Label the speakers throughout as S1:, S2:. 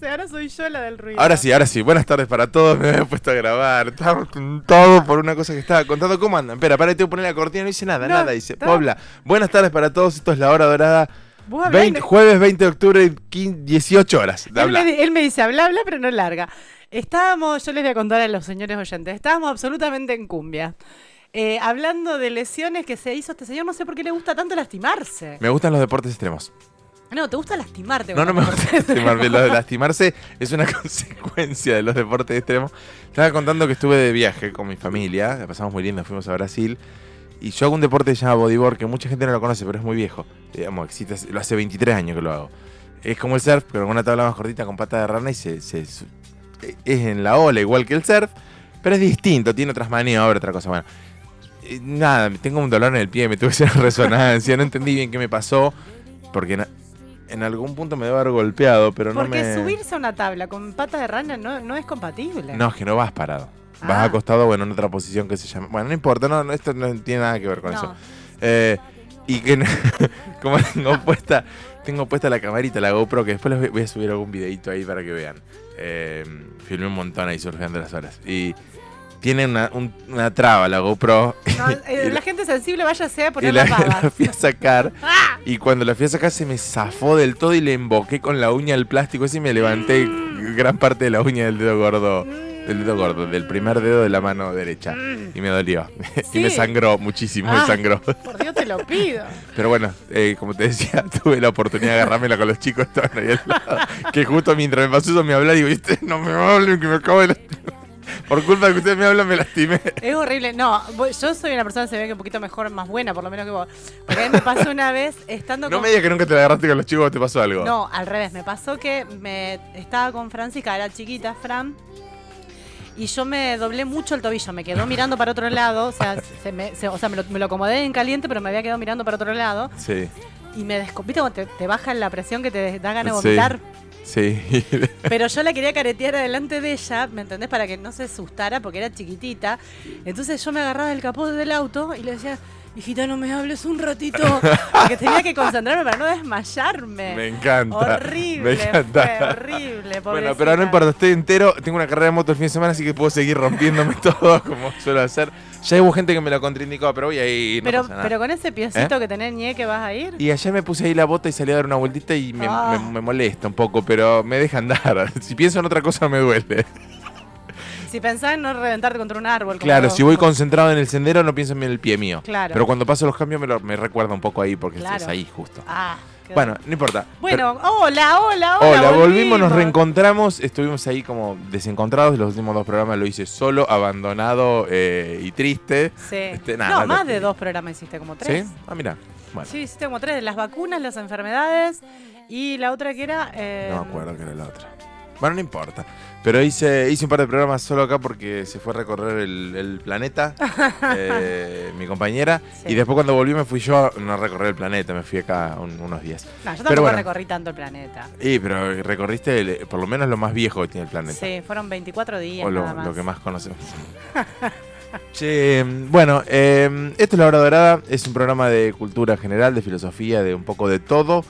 S1: sea, ahora soy yo la del ruido.
S2: Ahora sí, ahora sí. Buenas tardes para todos. Me había puesto a grabar. Estamos con todo por una cosa que estaba contando. ¿Cómo andan? Espera, para, tengo que poner la cortina. No hice nada,
S1: No,
S2: nada. Dice,
S1: está-
S2: Pobla. Buenas tardes para todos. Esto es la hora dorada.
S1: Vos hablá y
S2: 20
S1: no-
S2: jueves 20 de octubre, 15 18 horas. De
S1: él, me,
S2: hablar.
S1: di- él me dice, habla, habla, pero no larga. Estábamos, yo les voy a contar a los señores oyentes, estábamos absolutamente en cumbia. Eh, hablando de lesiones que se hizo este señor, no sé por qué le gusta tanto lastimarse.
S2: Me gustan los deportes extremos.
S1: No, te gusta lastimarte.
S2: No, no
S1: cuando
S2: me
S1: te
S2: gusta
S1: cortas.
S2: lastimarme. Lo de lastimarse es una consecuencia de los deportes extremos. Estaba contando que estuve de viaje con mi familia. La pasamos muy lindo, fuimos a Brasil. Y yo hago un deporte que se llama bodyboard, que mucha gente no lo conoce, pero es muy viejo. Digamos, existe, hace- lo hace 23 años que lo hago. Es como el surf, pero con una tabla más cortita con pata de rana y se, se- su- eh, es en la ola igual que el surf, pero es distinto, tiene otras maniobras, otra cosa. Bueno, Eh, nada, tengo un dolor en el pie, me tuve que hacer una resonancia, no entendí bien qué me pasó, porque en, en algún punto me debo haber golpeado, pero no
S1: Porque
S2: me...
S1: subirse a una tabla con pata de rana no, no es compatible.
S2: No, es que no vas parado. Vas
S1: Ah.
S2: acostado, bueno, en otra posición que se llama... Bueno, no importa, no, no, esto no tiene nada que ver con
S1: No.
S2: eso. Eh, y que no- como tengo puesta, tengo puesta la camarita, la GoPro, que después les voy- voy a subir algún videito ahí para que vean. Eh, filmé un montón ahí surfeando las olas. Y tiene una, un- una traba la GoPro.
S1: No, eh, la gente sensible vaya sea
S2: y
S1: poner
S2: la,
S1: las babas.
S2: la fui a sacar.
S1: ¡Ah!
S2: Y cuando la fui a sacar se me zafó del todo y le emboqué con la uña el plástico. Así me levanté
S1: Mm.
S2: gran parte de la uña del dedo gordo. Del dedo gordo, del primer dedo de la mano derecha. Y me dolió. Y me
S1: Sí.
S2: sangró muchísimo,
S1: Ah.
S2: me sangró.
S1: Por Dios te lo pido.
S2: Pero bueno, eh, como te decía, tuve la oportunidad de agarrármela con los chicos estaban ahí al lado, Que justo mientras me pasó eso me hablaba, digo, "Ustedes no me hablen, que me acabo de lastimar". Por culpa de que ustedes me hablan, me lastimé.
S1: Es horrible. No, vos- yo soy una persona, se ve que un poquito mejor, más buena, por lo menos que vos. Porque a mí me pasó una vez estando
S2: No
S1: con.
S2: me digas que nunca te la agarraste con los chicos o te pasó algo.
S1: No, al revés. Me pasó que me estaba con Francisca, era chiquita, Fran. Y yo me doblé mucho el tobillo, me quedó mirando para otro lado, o sea, se me, se- o sea, me, lo, me lo acomodé en caliente, pero me había quedado mirando para otro lado
S2: Sí,
S1: y me desco- ¿viste cuando te, te baja la presión que te da ganas de
S2: Sí.
S1: vomitar?
S2: sí.
S1: Pero yo la quería caretear adelante de ella, ¿me entendés? Para que no se asustara porque era chiquitita. Entonces yo me agarraba del capó del auto y le decía, hijita, no me hables un ratito. Porque tenía que concentrarme para no desmayarme.
S2: me encanta.
S1: horrible,
S2: Me encanta.
S1: fue horrible.
S2: Bueno, pero no
S1: pobrecita.
S2: importa, estoy entero, tengo una carrera de moto el fin de semana, así que puedo seguir rompiéndome todo como suelo hacer. Ya hubo gente que me lo contraindicó, pero voy a ir. no
S1: Pero,
S2: pasa nada. ¿Eh?
S1: pero con ese piecito que tenés, ñe, que vas a ir.
S2: Y ayer me puse ahí la bota y salí a dar una vueltita y me,
S1: Ah.
S2: me- me molesta un poco, pero me deja andar. Si pienso en otra cosa me duele.
S1: Si pensás en no reventarte contra un árbol. como
S2: Claro,
S1: vos.
S2: si voy concentrado en el sendero no pienso en el pie mío.
S1: Claro.
S2: Pero cuando paso los cambios me, lo- me recuerda un poco ahí porque es-
S1: Claro.
S2: es ahí justo.
S1: Ah, qué-
S2: Bueno, no importa. Pero-
S1: Bueno, hola, hola, hola.
S2: hola, volvimos, nos reencontramos, estuvimos ahí como desencontrados, los últimos dos programas lo hice solo, abandonado eh, y triste.
S1: Sí.
S2: Este, nada,
S1: no,
S2: nada.
S1: más de dos programas hiciste, como tres.
S2: ¿Sí? Ah, mira. Bueno,
S1: Sí, hiciste como tres, las vacunas, las enfermedades y la otra que era... eh,
S2: no me acuerdo que era la otra. Bueno, no importa. Pero hice, hice un par de programas solo acá porque se fue a recorrer el, el planeta, eh, mi compañera.
S1: Sí.
S2: Y después cuando volví me fui yo, a- no a recorrer el planeta, me fui acá un- unos días.
S1: No, yo
S2: Pero
S1: tampoco
S2: bueno.
S1: recorrí tanto el planeta.
S2: Y pero recorriste el- por lo menos lo más viejo que tiene el planeta.
S1: Sí, fueron 24 días
S2: o lo,
S1: nada más.
S2: lo que más conocemos. Che, bueno, eh, esto es La Hora Dorada, es un programa de cultura general, de filosofía, de un poco de todo,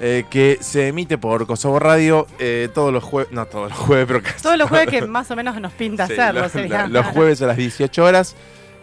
S2: eh, que se emite por Kosovo Radio eh, todos los jueves, no todos los jueves, pero casi
S1: Todos los jueves que más o menos nos pinta
S2: Sí,
S1: hacerlo,
S2: los-
S1: sería.
S2: los jueves a las 18 horas.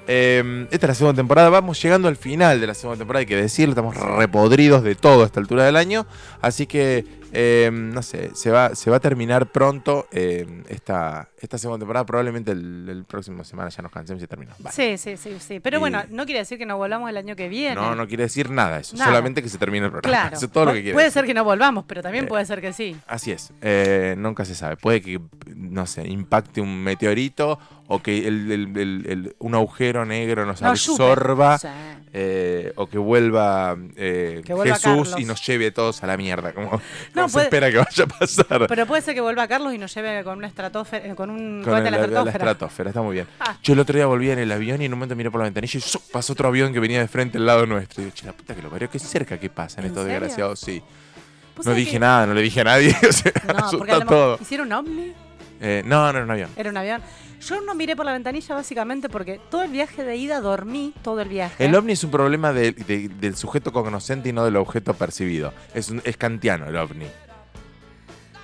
S2: Eh, esta es la segunda temporada, vamos llegando al final de la segunda temporada, hay que decirlo, estamos repodridos de todo a esta altura del año, así que, eh, no sé, se va, se va a terminar pronto eh, esta, esta segunda temporada, probablemente el, el próximo semana ya nos cansemos y se terminó. Bye.
S1: Sí, sí, sí, sí. Pero
S2: Y-
S1: bueno, no quiere decir que no volvamos el año que viene.
S2: No, no quiere decir nada eso,
S1: eh. Nada.
S2: solamente que se termine el programa,
S1: Claro.
S2: eso es todo lo
S1: Pu-
S2: que quiere.
S1: Puede
S2: decir.
S1: ser que no volvamos, pero también
S2: Eh.
S1: puede ser que sí.
S2: Así es, eh, nunca se sabe. Puede que, no sé, impacte un meteorito o que el- el- el- el- un agujero negro nos
S1: No, Schupe.
S2: absorba.
S1: Sí.
S2: eh, o que vuelva, eh,
S1: Que vuelva
S2: Jesús
S1: Carlos.
S2: y nos lleve a todos a la mierda, como, como se
S1: puede-
S2: espera que vaya a pasar.
S1: Pero puede ser que vuelva Carlos y nos lleve con una estratosfera, con un
S2: Con
S1: cohete a
S2: el-
S1: la estratosfera.
S2: estratosfera, está muy bien.
S1: Ah.
S2: Yo el otro día volví en el avión y en un momento miré por la ventanilla y ¡zup! pasó otro avión que venía de frente al lado nuestro. Y digo, che, la puta que lo parió, qué cerca que pasan
S1: ¿En
S2: estos
S1: serio?
S2: desgraciados. Sí.
S1: ¿Vos
S2: No
S1: sabés
S2: dije
S1: que-
S2: nada, no le dije a nadie, o sea,
S1: No, porque a
S2: asusta
S1: lo mejor-
S2: todo.
S1: ¿Hicieron un ovni?
S2: Eh, no, no era un avión.
S1: Era un avión. Yo no miré por la ventanilla básicamente porque todo el viaje de ida dormí todo el viaje.
S2: El ovni es un problema de- de- del sujeto cognoscente y no del objeto percibido. Es, un, es kantiano el ovni.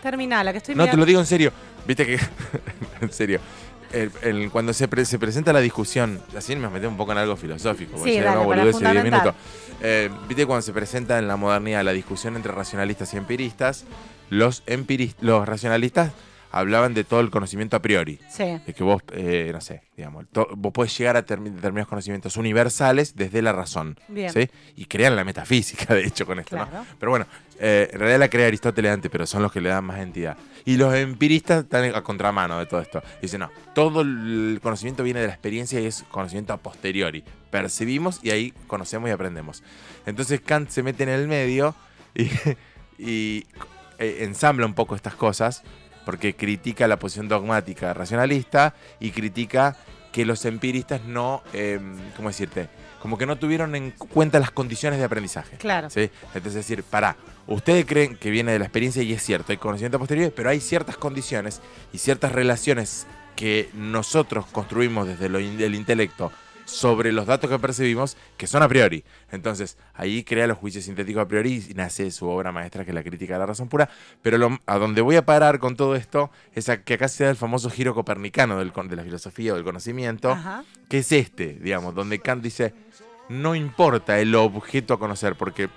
S1: Termina, la que estoy
S2: No, te
S1: mirando.
S2: lo digo en serio. Viste que. en serio. El- el- cuando se, pre- se presenta la discusión, así me metí un poco en algo filosófico, porque
S1: Sí,
S2: si no,
S1: dale,
S2: no,
S1: para
S2: boludez de 10
S1: fundamentar.
S2: minutos. Eh, Viste cuando se presenta en la modernidad la discusión entre racionalistas y empiristas, los, empiris- los racionalistas hablaban de todo el conocimiento a priori.
S1: Sí.
S2: De que vos, eh, no sé, digamos, to- vos podés llegar a termi- determinados conocimientos universales desde la razón.
S1: Bien.
S2: ¿sí? Y crean la metafísica, de hecho, con esto. ¿no?
S1: Claro.
S2: Pero bueno, eh, en realidad la crea Aristóteles antes, pero son los que le dan más entidad. Y los empiristas están a contramano de todo esto. Dicen, no, todo el conocimiento viene de la experiencia y es conocimiento a posteriori. Percibimos y ahí conocemos y aprendemos. Entonces Kant se mete en el medio y, y, eh, ensambla un poco estas cosas porque critica la posición dogmática racionalista y critica que los empiristas no, eh, ¿cómo decirte? Como que no tuvieron en cuenta las condiciones de aprendizaje.
S1: Claro.
S2: ¿sí? Entonces es decir, pará, ustedes creen que viene de la experiencia y es cierto, hay conocimiento posterior, pero hay ciertas condiciones y ciertas relaciones que nosotros construimos desde lo in- el intelecto sobre los datos que percibimos que son a priori. Entonces, ahí crea los juicios sintéticos a priori y nace su obra maestra que es la crítica de la razón pura. Pero lo- a donde voy a parar con todo esto es a que acá se da el famoso giro copernicano del con- de la filosofía o del conocimiento
S1: Ajá.
S2: que es este, digamos, donde Kant dice, no importa el objeto a conocer, porque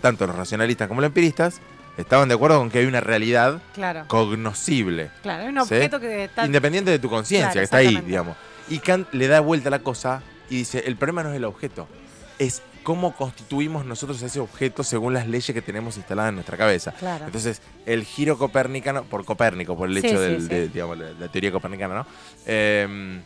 S2: tanto los racionalistas como los empiristas estaban de acuerdo con que hay una realidad
S1: Claro.
S2: cognoscible,
S1: Claro. Es un
S2: ¿sí?
S1: objeto que está.
S2: independiente de tu conciencia,
S1: Claro,
S2: que está ahí,
S1: exactamente.
S2: digamos. Y Kant le da vuelta la cosa y dice, el problema no es el objeto, es cómo constituimos nosotros ese objeto según las leyes que tenemos instaladas en nuestra cabeza.
S1: Claro.
S2: Entonces, el giro copernicano, por Copérnico, por el
S1: Sí,
S2: hecho
S1: sí,
S2: del-
S1: sí.
S2: de digamos, la, la teoría copernicana, ¿no? Eh,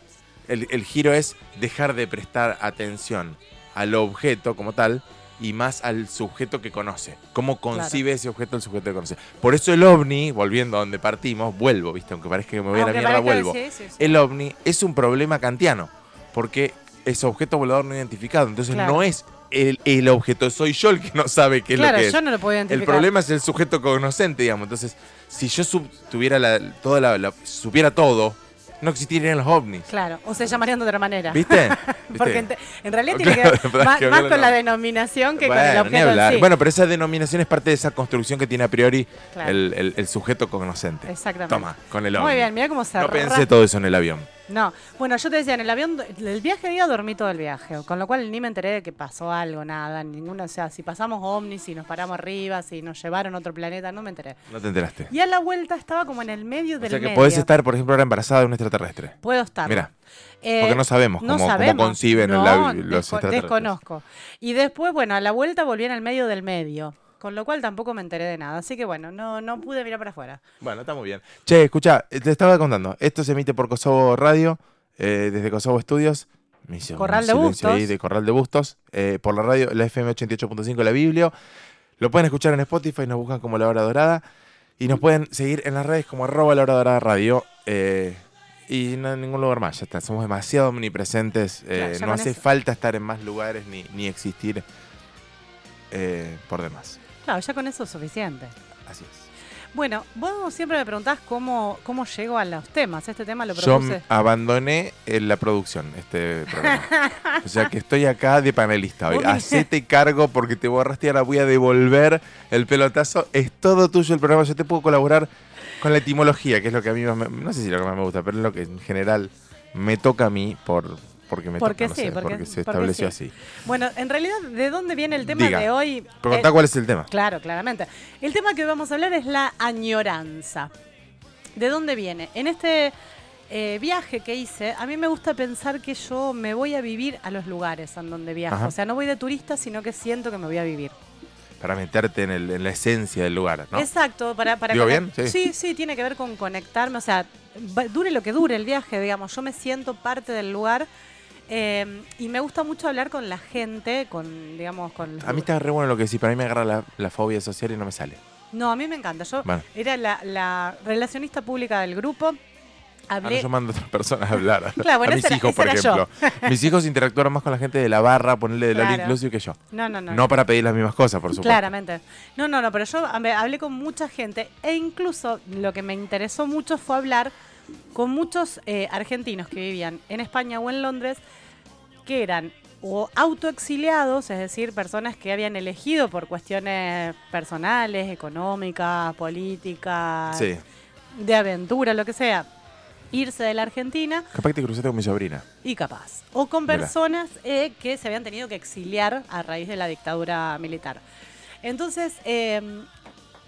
S2: el, el giro es dejar de prestar atención al objeto como tal y más al sujeto que conoce. ¿Cómo concibe ese objeto el sujeto que conoce? Por eso el ovni, volviendo a donde partimos, vuelvo, ¿viste? Aunque parezca que me voy a la
S1: Aunque
S2: mierda,
S1: parezca que
S2: vuelvo.
S1: sí, sí, sí.
S2: El ovni es un problema kantiano, porque es objeto volador no identificado. Entonces,
S1: Claro.
S2: no es el, el objeto, soy yo el que no sabe qué es
S1: claro,
S2: lo que es.
S1: yo no lo puedo identificar.
S2: El problema es el sujeto cognoscente, digamos. Entonces, si yo sub- tuviera la, toda la, la- supiera todo, no existirían los ovnis.
S1: Claro, o se llamarían de otra manera.
S2: ¿Viste? ¿Viste?
S1: Porque en, te- en realidad tiene
S2: Claro,
S1: que ver
S2: para
S1: más,
S2: que
S1: más
S2: hablar,
S1: con la
S2: no.
S1: denominación que con el
S2: Bueno, ni
S1: objeto en
S2: hablar.
S1: sí.
S2: Bueno, pero esa denominación es parte de esa construcción que tiene a priori
S1: Claro.
S2: el, el- el sujeto cognoscente.
S1: Exactamente.
S2: Toma, con el ovni.
S1: Muy bien, mira cómo se
S2: No
S1: ra-
S2: pensé todo eso en el avión.
S1: No, bueno, yo te decía, en el avión, el viaje de día dormí todo el viaje, con lo cual ni me enteré de que pasó algo, nada, ninguna, o sea, si pasamos ovnis, si nos paramos arriba, si nos llevaron a otro planeta, no me enteré.
S2: No te enteraste.
S1: Y a la vuelta estaba como en el medio
S2: O
S1: del
S2: sea que
S1: medio.
S2: podés estar, por ejemplo, ahora embarazada de un extraterrestre.
S1: Puedo estar.
S2: Mira,
S1: Eh,
S2: porque no sabemos
S1: no
S2: cómo, cómo
S1: sabemos.
S2: conciben
S1: No,
S2: la- los
S1: desco-
S2: extraterrestres.
S1: Desconozco. Y después, bueno, a la vuelta volví en el medio del medio, con lo cual tampoco me enteré de nada, así que bueno, no, no pude mirar para afuera.
S2: Bueno, está muy bien. Che, escucha, te estaba contando. Esto se emite por Kosovo Radio, eh, desde Kosovo Studios. Me hizo un
S1: Corral de
S2: silencio ahí
S1: Bustos.
S2: de Corral de Bustos. eh, por la radio, la FM 88.5, la Biblio. Lo pueden escuchar en Spotify, nos buscan como La Hora Dorada. Y nos pueden seguir en las redes como arroba La Hora Dorada Radio. eh, y no en ningún lugar más, ya está. Somos demasiado omnipresentes. eh,
S1: Claro, ya
S2: no
S1: con
S2: hace
S1: eso.
S2: falta estar en más lugares ni, ni existir eh, por demás.
S1: Claro, ya con eso es suficiente.
S2: Así es.
S1: Bueno, vos siempre me preguntás cómo, cómo llego a los temas. Este tema lo
S2: Yo
S1: propuse.
S2: abandoné eh, la producción, este programa. O sea que estoy acá de panelista hoy.
S1: Vos me-
S2: Hacete cargo porque te borraste y ahora voy a devolver el pelotazo. Es todo tuyo el programa. Yo te puedo colaborar con la etimología, que es lo que a mí más me, no sé si es lo que más me gusta, pero es lo que en general me toca a mí por porque me
S1: Porque
S2: toca, no
S1: sí,
S2: sé,
S1: porque-
S2: se
S1: porque
S2: estableció
S1: sí.
S2: así.
S1: Bueno, en realidad, ¿de dónde viene el tema
S2: Diga.
S1: de hoy?
S2: Pero
S1: Eh,
S2: contá cuál es el tema.
S1: Claro, claramente. El tema que hoy vamos a hablar es la añoranza. ¿De dónde viene? En este eh, viaje que hice, a mí me gusta pensar que yo me voy a vivir a los lugares en donde viajo.
S2: Ajá.
S1: O sea, no voy de turista, sino que siento que me voy a vivir.
S2: Para meterte en, el- en la esencia del lugar, ¿no?
S1: Exacto, para... para
S2: ¿Digo
S1: conec-
S2: bien? Sí.
S1: Sí. sí, tiene que ver con conectarme, o sea, va- dure lo que dure el viaje, digamos, yo me siento parte del lugar eh, y me gusta mucho hablar con la gente, con, digamos, con...
S2: A mí está re bueno lo que decís, para mí me agarra la, la fobia social y no me sale.
S1: No, a mí me encanta, yo
S2: Bueno.
S1: era la, la relacionista pública del grupo,
S2: Ah, no,
S1: hablé...
S2: yo mando a otras personas a hablar.
S1: Claro, bueno,
S2: a mis
S1: esa era-
S2: hijos,
S1: esa
S2: por
S1: era yo.
S2: ejemplo. mis hijos interactuaron más con la gente de la barra, ponerle de la
S1: Claro.
S2: inclusive que yo.
S1: No, no, no.
S2: No para pedir las mismas cosas, por supuesto.
S1: Claramente. No, no, no, pero yo hab- hablé con mucha gente e incluso lo que me interesó mucho fue hablar con muchos eh, argentinos que vivían en España o en Londres que eran o autoexiliados, es decir, personas que habían elegido por cuestiones personales, económicas, políticas,
S2: Sí.
S1: de aventura, lo que sea, irse de la Argentina
S2: Capaz que te cruzaste con mi sobrina.
S1: y capaz. O con
S2: Mirá.
S1: personas eh, que se habían tenido que exiliar a raíz de la dictadura militar. Entonces, eh,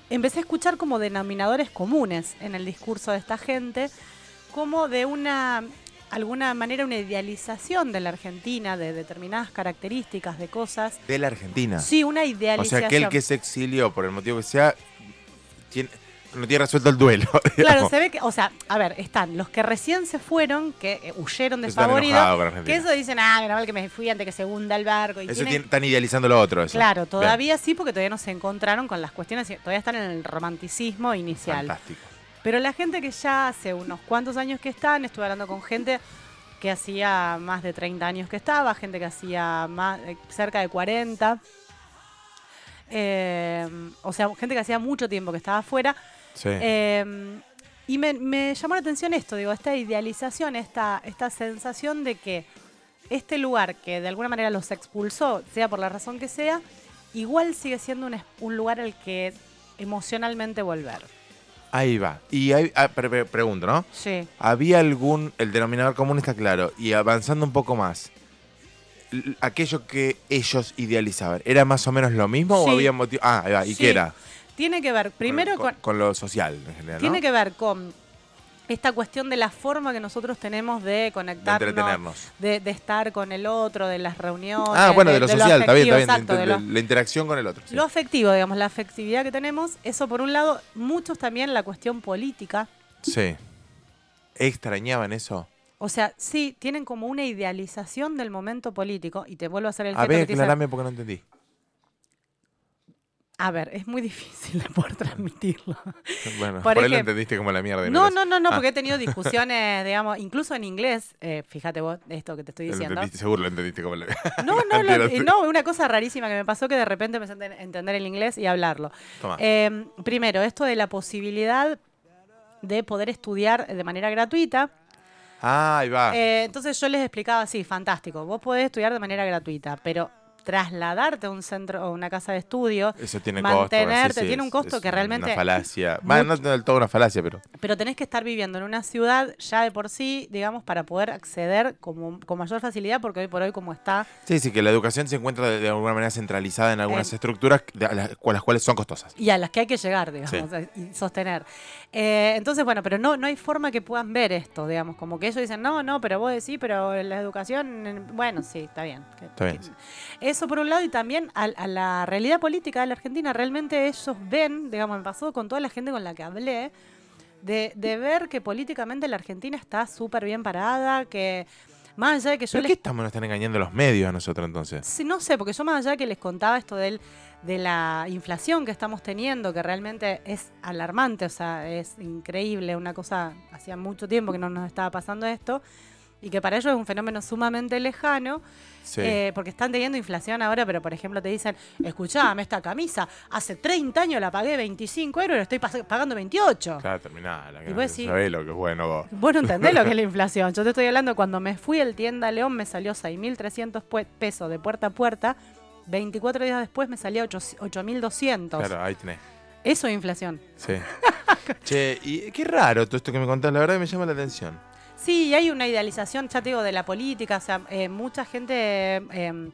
S1: empecé a escuchar como denominadores comunes en el discurso de esta gente, como de una, alguna manera, una idealización de la Argentina, de determinadas características, de cosas.
S2: De la Argentina.
S1: Sí, una
S2: Ah. o
S1: idealización.
S2: sea, aquel que se exilió por el motivo que sea, tiene- no tiene resuelto el duelo.
S1: Claro,
S2: digamos.
S1: se ve que, o sea, a ver, están los que recién se fueron, que eh, huyeron
S2: Eso están enojados
S1: despavoridos,
S2: con Argentina.
S1: que eso dicen, ah, menos mal que me fui antes que se hunda el barco. Y
S2: Eso
S1: tienen-
S2: tiene- están idealizando lo otro. eso.
S1: Claro,
S2: Bien.
S1: todavía sí, porque todavía no se encontraron con las cuestiones, todavía están en el romanticismo inicial.
S2: Fantástico.
S1: Pero la gente que ya hace unos cuantos años que están, estuve hablando con gente que hacía más de 30 años que estaba, gente que hacía más, eh, cerca de 40. Eh, o sea, gente que hacía mucho tiempo que estaba afuera.
S2: Sí.
S1: Eh, y me, me llamó la atención esto, digo, esta idealización, esta, esta sensación de que este lugar que de alguna manera los expulsó, sea por la razón que sea, igual sigue siendo un, es- un lugar al que emocionalmente volver.
S2: Ahí va. Y ahí, ah, pre- pre- pregunto, ¿no?
S1: Sí.
S2: Había algún, el denominador común está claro, y avanzando un poco más, l- aquello que ellos idealizaban, ¿era más o menos lo mismo
S1: Sí.
S2: o había motivo? Ah, ahí va, ¿y
S1: Sí.
S2: qué era?
S1: Tiene que ver, primero
S2: con,
S1: con,
S2: con lo social en general.
S1: tiene
S2: ¿no?
S1: que ver con esta cuestión de la forma que nosotros tenemos de
S2: de
S1: conectarnos,
S2: entretenernos.
S1: de, de estar con el otro, de las reuniones.
S2: Ah, bueno, de, lo social, está bien,
S1: afectivo,
S2: está bien.
S1: exacto,
S2: de-
S1: de
S2: de-
S1: lo-
S2: La interacción con el otro. sí.
S1: Lo afectivo, digamos, la afectividad que tenemos, eso por un lado, muchos también la cuestión política.
S2: Sí. ¿Extrañaban eso?
S1: O sea, sí, tienen como una idealización del momento político y te vuelvo a hacer el
S2: A
S1: gesto
S2: ver,
S1: que te hice-
S2: aclarame porque no entendí.
S1: A ver, es muy difícil de poder transmitirlo.
S2: Bueno, por,
S1: Por
S2: ahí lo
S1: ejemplo-
S2: entendiste como la mierda. y
S1: No,
S2: lo-
S1: no, no, no,
S2: Ah,
S1: porque he tenido discusiones, digamos, incluso en inglés, eh, fíjate vos esto que te estoy
S2: lo
S1: diciendo.
S2: entendiste, seguro lo entendiste como la
S1: No, no,
S2: Mentira,
S1: lo-
S2: sí.
S1: no, una cosa rarísima que me pasó que de repente me senté a entender el inglés y hablarlo.
S2: Toma.
S1: Eh, primero, esto de la posibilidad de poder estudiar de manera gratuita.
S2: Ah, ahí va.
S1: Eh, entonces yo les explicaba, sí, fantástico, vos podés estudiar de manera gratuita, pero trasladarte a un centro o una casa de estudio,
S2: Eso tiene costo.
S1: mantenerte,
S2: bueno, sí, sí,
S1: tiene un
S2: es-
S1: costo
S2: es
S1: que realmente-
S2: Una falacia. Bueno, no del todo una falacia, pero.
S1: pero tenés que estar viviendo en una ciudad ya de por sí, digamos, para poder acceder como, con mayor facilidad, porque hoy por hoy como está,
S2: Sí, sí, que la educación se encuentra de, de alguna manera centralizada en algunas
S1: Eh.
S2: estructuras de- a las, cu- las cuales son costosas.
S1: y a las que hay que llegar, digamos, y sostener. Eh, entonces, bueno, pero no, no hay forma que puedan ver esto, digamos, como que ellos dicen, no, no, pero vos decís, pero la educación, eh, bueno, sí, está bien. que-
S2: Está bien,
S1: que-
S2: sí.
S1: Eso por un lado y también a, a la realidad política de la Argentina, realmente ellos ven, digamos, me pasó con toda la gente con la que hablé, de, de ver que políticamente la Argentina está súper bien parada, que más allá de que yo
S2: ¿Pero
S1: les
S2: qué estamos, nos están engañando los medios a nosotros entonces?
S1: Sí, no sé, porque yo más allá que les contaba esto del, de la inflación que estamos teniendo, que realmente es alarmante, o sea, es increíble, una cosa, hacía mucho tiempo que no nos estaba pasando esto, y que para ellos es un fenómeno sumamente lejano,
S2: Sí.
S1: eh, porque están teniendo inflación ahora, pero por ejemplo te dicen, escuchame esta camisa, hace 30 años la pagué 25 euros, la estoy pas- pagando 28.
S2: claro, terminada. La
S1: y vos decís-
S2: Sabés lo que es bueno vos.
S1: Vos no entendés lo que es la inflación. Yo te estoy hablando, cuando me fui al tienda León me salió 6.300 pue- pesos de puerta a puerta. 24 días después me salía ocho- 8.200.
S2: Claro, ahí tenés.
S1: Eso es inflación.
S2: Sí. che, y qué raro todo esto que me contás, la verdad que me llama la atención.
S1: Sí, y hay una idealización, ya te digo, de la política. O sea, eh, mucha gente eh,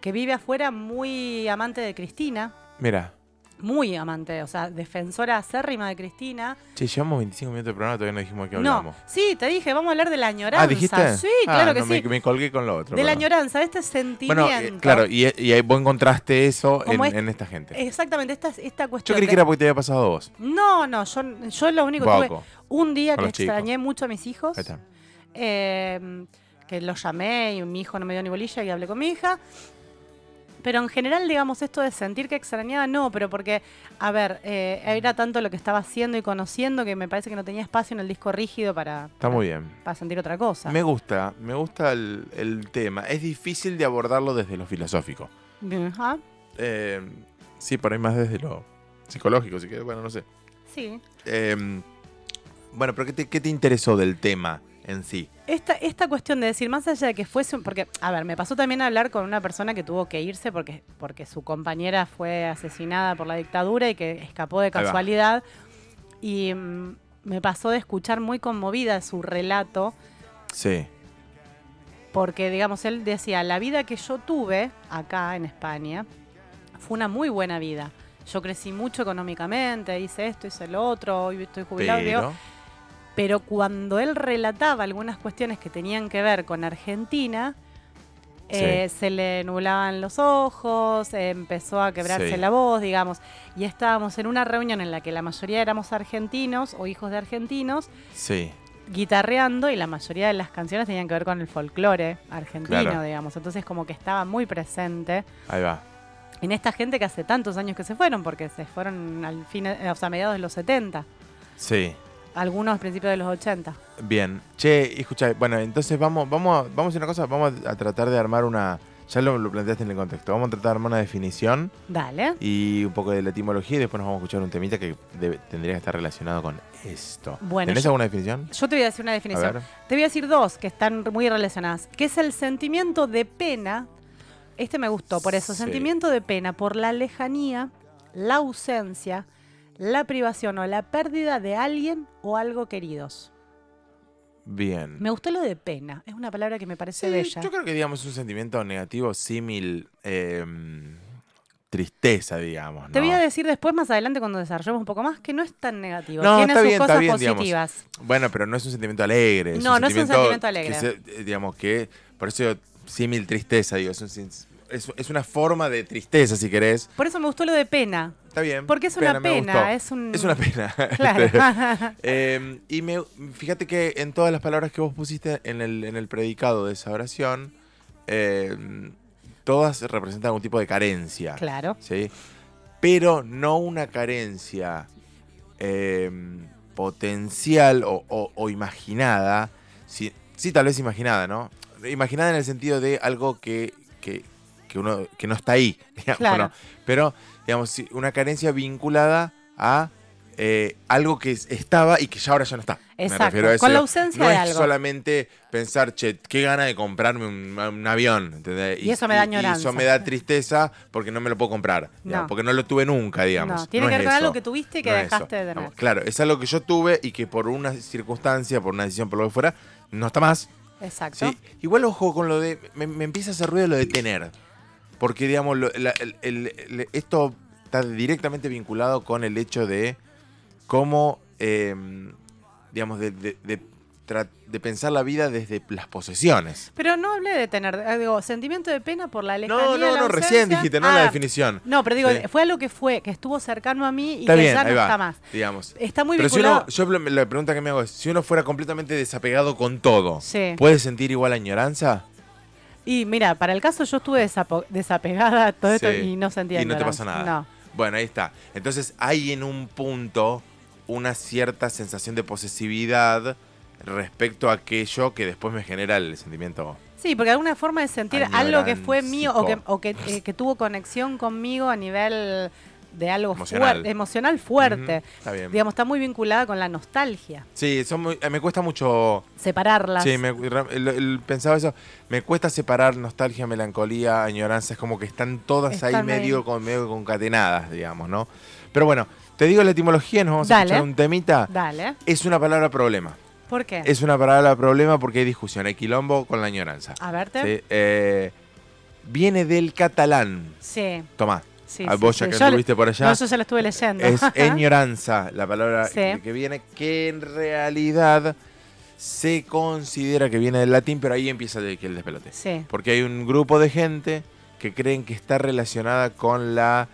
S1: que vive afuera muy amante de Cristina.
S2: Mira,
S1: Muy amante, o sea, defensora acérrima de Cristina.
S2: che, llevamos 25 minutos de programa, todavía no dijimos de qué
S1: No,
S2: hablamos.
S1: sí, te dije, vamos a hablar de la añoranza.
S2: Ah, ¿dijiste?
S1: Sí,
S2: Ah,
S1: claro que
S2: no,
S1: sí.
S2: Me, me colgué con lo otro.
S1: de la
S2: perdón.
S1: añoranza, de este sentimiento.
S2: Bueno, eh, claro, y, y ahí vos encontraste eso en,
S1: Como es-
S2: en esta gente.
S1: Exactamente, esta, esta
S2: Yo
S1: cuestión.
S2: creí
S1: de-
S2: que era porque te había pasado a vos.
S1: No, no, yo, yo lo único que tuve
S2: Poco.
S1: un día
S2: Con
S1: que
S2: los chicos.
S1: extrañé mucho a mis hijos,
S2: Ahí está.
S1: eh, que los llamé y mi hijo no me dio ni bolilla y hablé con mi hija. Pero en general, digamos, esto de sentir que extrañaba, no, pero porque, a ver, eh, era tanto lo que estaba haciendo y conociendo que me parece que no tenía espacio en el disco rígido para,
S2: Está muy bien.
S1: para sentir otra cosa.
S2: Me gusta, me gusta el, el tema. Es difícil de abordarlo desde lo filosófico.
S1: Ajá,
S2: Eh, sí, por ahí más desde lo psicológico, si querés, bueno, no sé.
S1: sí.
S2: Em, Eh, bueno, pero ¿qué te, qué te interesó del tema en en sí.
S1: Esta, esta cuestión de decir, más allá de que fuese, un- porque, a ver, me pasó también a hablar con una persona que tuvo que irse porque, porque su compañera fue asesinada por la dictadura y que escapó de
S2: va.
S1: casualidad. Y mm, me pasó de escuchar muy conmovida su relato,
S2: Sí.
S1: porque, digamos, él decía, la vida que yo tuve acá en España fue una muy buena vida. Yo crecí mucho económicamente, hice esto, hice lo otro, hoy estoy jubilado. digo,
S2: Pero,
S1: pero cuando él relataba algunas cuestiones que tenían que ver con Argentina, eh, se le nublaban los ojos, eh, empezó a quebrarse
S2: Sí.
S1: la voz, digamos, y estábamos en una reunión en la que la mayoría éramos argentinos o hijos de argentinos,
S2: sí.
S1: guitarreando y la mayoría de las canciones tenían que ver con el folclore argentino,
S2: Claro.
S1: digamos, entonces como que estaba muy presente
S2: Ahí va.
S1: en esta gente que hace tantos años que se fueron, porque se fueron al fin, eh, o sea, a mediados de los 70,
S2: Sí.
S1: algunos a principios de los 80.
S2: Bien. Che, y escuchá, bueno, entonces vamos, vamos, a, vamos a hacer una cosa, vamos a, a tratar de armar una. Ya lo, lo planteaste en el contexto. Vamos a tratar de armar una definición
S1: Dale.
S2: y un poco de la etimología y después nos vamos a escuchar un temita que debe- tendría que estar relacionado con esto.
S1: Bueno,
S2: ¿Tenés
S1: yo-
S2: alguna definición?
S1: Yo te voy a decir una
S2: A
S1: definición.
S2: ver.
S1: Te voy a decir dos que están muy relacionadas. Que es el sentimiento de pena. Este me gustó, por eso.
S2: Sí.
S1: Sentimiento de pena por la lejanía, la ausencia, la privación o la pérdida de alguien o algo queridos.
S2: Bien.
S1: Me gustó lo de pena. Es una palabra que me parece
S2: Sí,
S1: bella.
S2: Yo creo que, digamos, es un sentimiento negativo, símil. eh, tristeza, digamos.
S1: Te
S2: ¿no?
S1: voy a decir después, más adelante, cuando desarrollemos un poco más, que no es tan negativo.
S2: No,
S1: Tiene
S2: está
S1: sus
S2: bien, está
S1: cosas
S2: bien, digamos.
S1: positivas.
S2: Bueno, pero no es un sentimiento alegre.
S1: No, no es un sentimiento alegre.
S2: que se- eh, digamos que, por eso símil tristeza, digo, es, un sin- es- es una forma de tristeza, si querés.
S1: Por eso me gustó lo de pena.
S2: Está bien.
S1: Porque es una
S2: me
S1: pena,
S2: gustó.
S1: es un-
S2: una pena.
S1: Claro.
S2: Eh, y me, fíjate que en todas las palabras que vos pusiste en el, en el predicado de esa oración, eh, todas representan algún tipo de carencia.
S1: claro.
S2: ¿sí? Pero no una carencia eh, potencial o, o- o imaginada. Sí, sí, tal vez imaginada, ¿no? Imaginada en el sentido de algo que, que, que uno que no está ahí. digamos,
S1: Claro.
S2: ¿no? Pero, digamos, sí, una carencia vinculada a eh, algo que es- estaba y que ya ahora ya no está. Me
S1: Exacto,
S2: refiero a
S1: con
S2: eso.
S1: la ausencia
S2: no
S1: de
S2: es
S1: algo.
S2: solamente pensar, che, qué gana de comprarme un, un avión. ¿entendés?
S1: Y eso me da
S2: Y eso
S1: añoranza.
S2: me da tristeza porque no me lo puedo comprar. digamos,
S1: No.
S2: Porque no lo tuve nunca, digamos.
S1: No, tiene que
S2: es
S1: ver con
S2: eso.
S1: algo que tuviste y que
S2: No es
S1: dejaste
S2: eso.
S1: de tener.
S2: Digamos, Claro, es algo que yo tuve y que por una circunstancia, por una decisión, por lo que fuera, no está más.
S1: Exacto.
S2: ¿sí? Igual ojo con lo de. Me, me empieza a hacer ruido lo de tener. Porque, digamos, lo- la- el- el- el- esto está directamente vinculado con el hecho de cómo. eh, digamos, de, de- de tra- de pensar la vida desde las posesiones.
S1: Pero no hablé de tener, eh, digo, sentimiento de pena por la lejanía.
S2: No, no,
S1: la
S2: no, recién
S1: ausencia.
S2: dijiste, no
S1: Ah,
S2: la definición.
S1: No, pero digo,
S2: Sí.
S1: fue algo que fue, que estuvo cercano a mí y
S2: Está
S1: que
S2: bien,
S1: ya
S2: ahí
S1: no
S2: va.
S1: está más.
S2: Digamos.
S1: Está muy
S2: Pero si
S1: vinculado.
S2: uno, yo pl- la pregunta que me hago es, si uno fuera completamente desapegado con todo,
S1: Sí.
S2: ¿puede sentir igual añoranza?
S1: Y mira, para el caso yo estuve desapo- desapegada a todo esto
S2: Sí.
S1: y no sentía
S2: Y no te
S1: ignorancia.
S2: pasa nada. Bueno, ahí está. Entonces hay en un punto una cierta sensación de posesividad respecto a aquello que después me genera el sentimiento.
S1: No. Sí, porque alguna forma de sentir algo que fue mío o que,
S2: Añorancico.
S1: o que, eh, que tuvo conexión conmigo a nivel de algo
S2: Emocional.
S1: fuerte, emocional fuerte.
S2: Ujú, Está bien.
S1: Digamos, está muy vinculada con la nostalgia,
S2: sí, son muy- eh, me cuesta mucho
S1: separarlas.
S2: Sí, me, ra- el- el- pensaba eso. Me cuesta separar nostalgia, melancolía, añoranza. Es como que están todas ahí
S1: Están
S2: medio,
S1: ahí.
S2: con, medio concatenadas, digamos, ¿no? Pero bueno, te digo la etimología, nos vamos a
S1: Dale.
S2: escuchar un temita.
S1: Dale.
S2: Es una palabra problema.
S1: ¿Por qué?
S2: Es una palabra problema porque hay discusión, hay quilombo con la añoranza.
S1: A verte.
S2: Sí, eh, viene del catalán.
S1: Sí,
S2: Tomá,
S1: sí.
S2: a
S1: sí,
S2: vos ya
S1: sí.
S2: que
S1: Yo-
S2: anduviste por allá.
S1: No, yo ya lo estuve leyendo.
S2: Es añoranza la palabra
S1: Sí.
S2: que- que viene, que en realidad se considera que viene del latín, pero ahí empieza el, el despelote.
S1: sí,
S2: Porque hay un grupo de gente que creen que está relacionada con la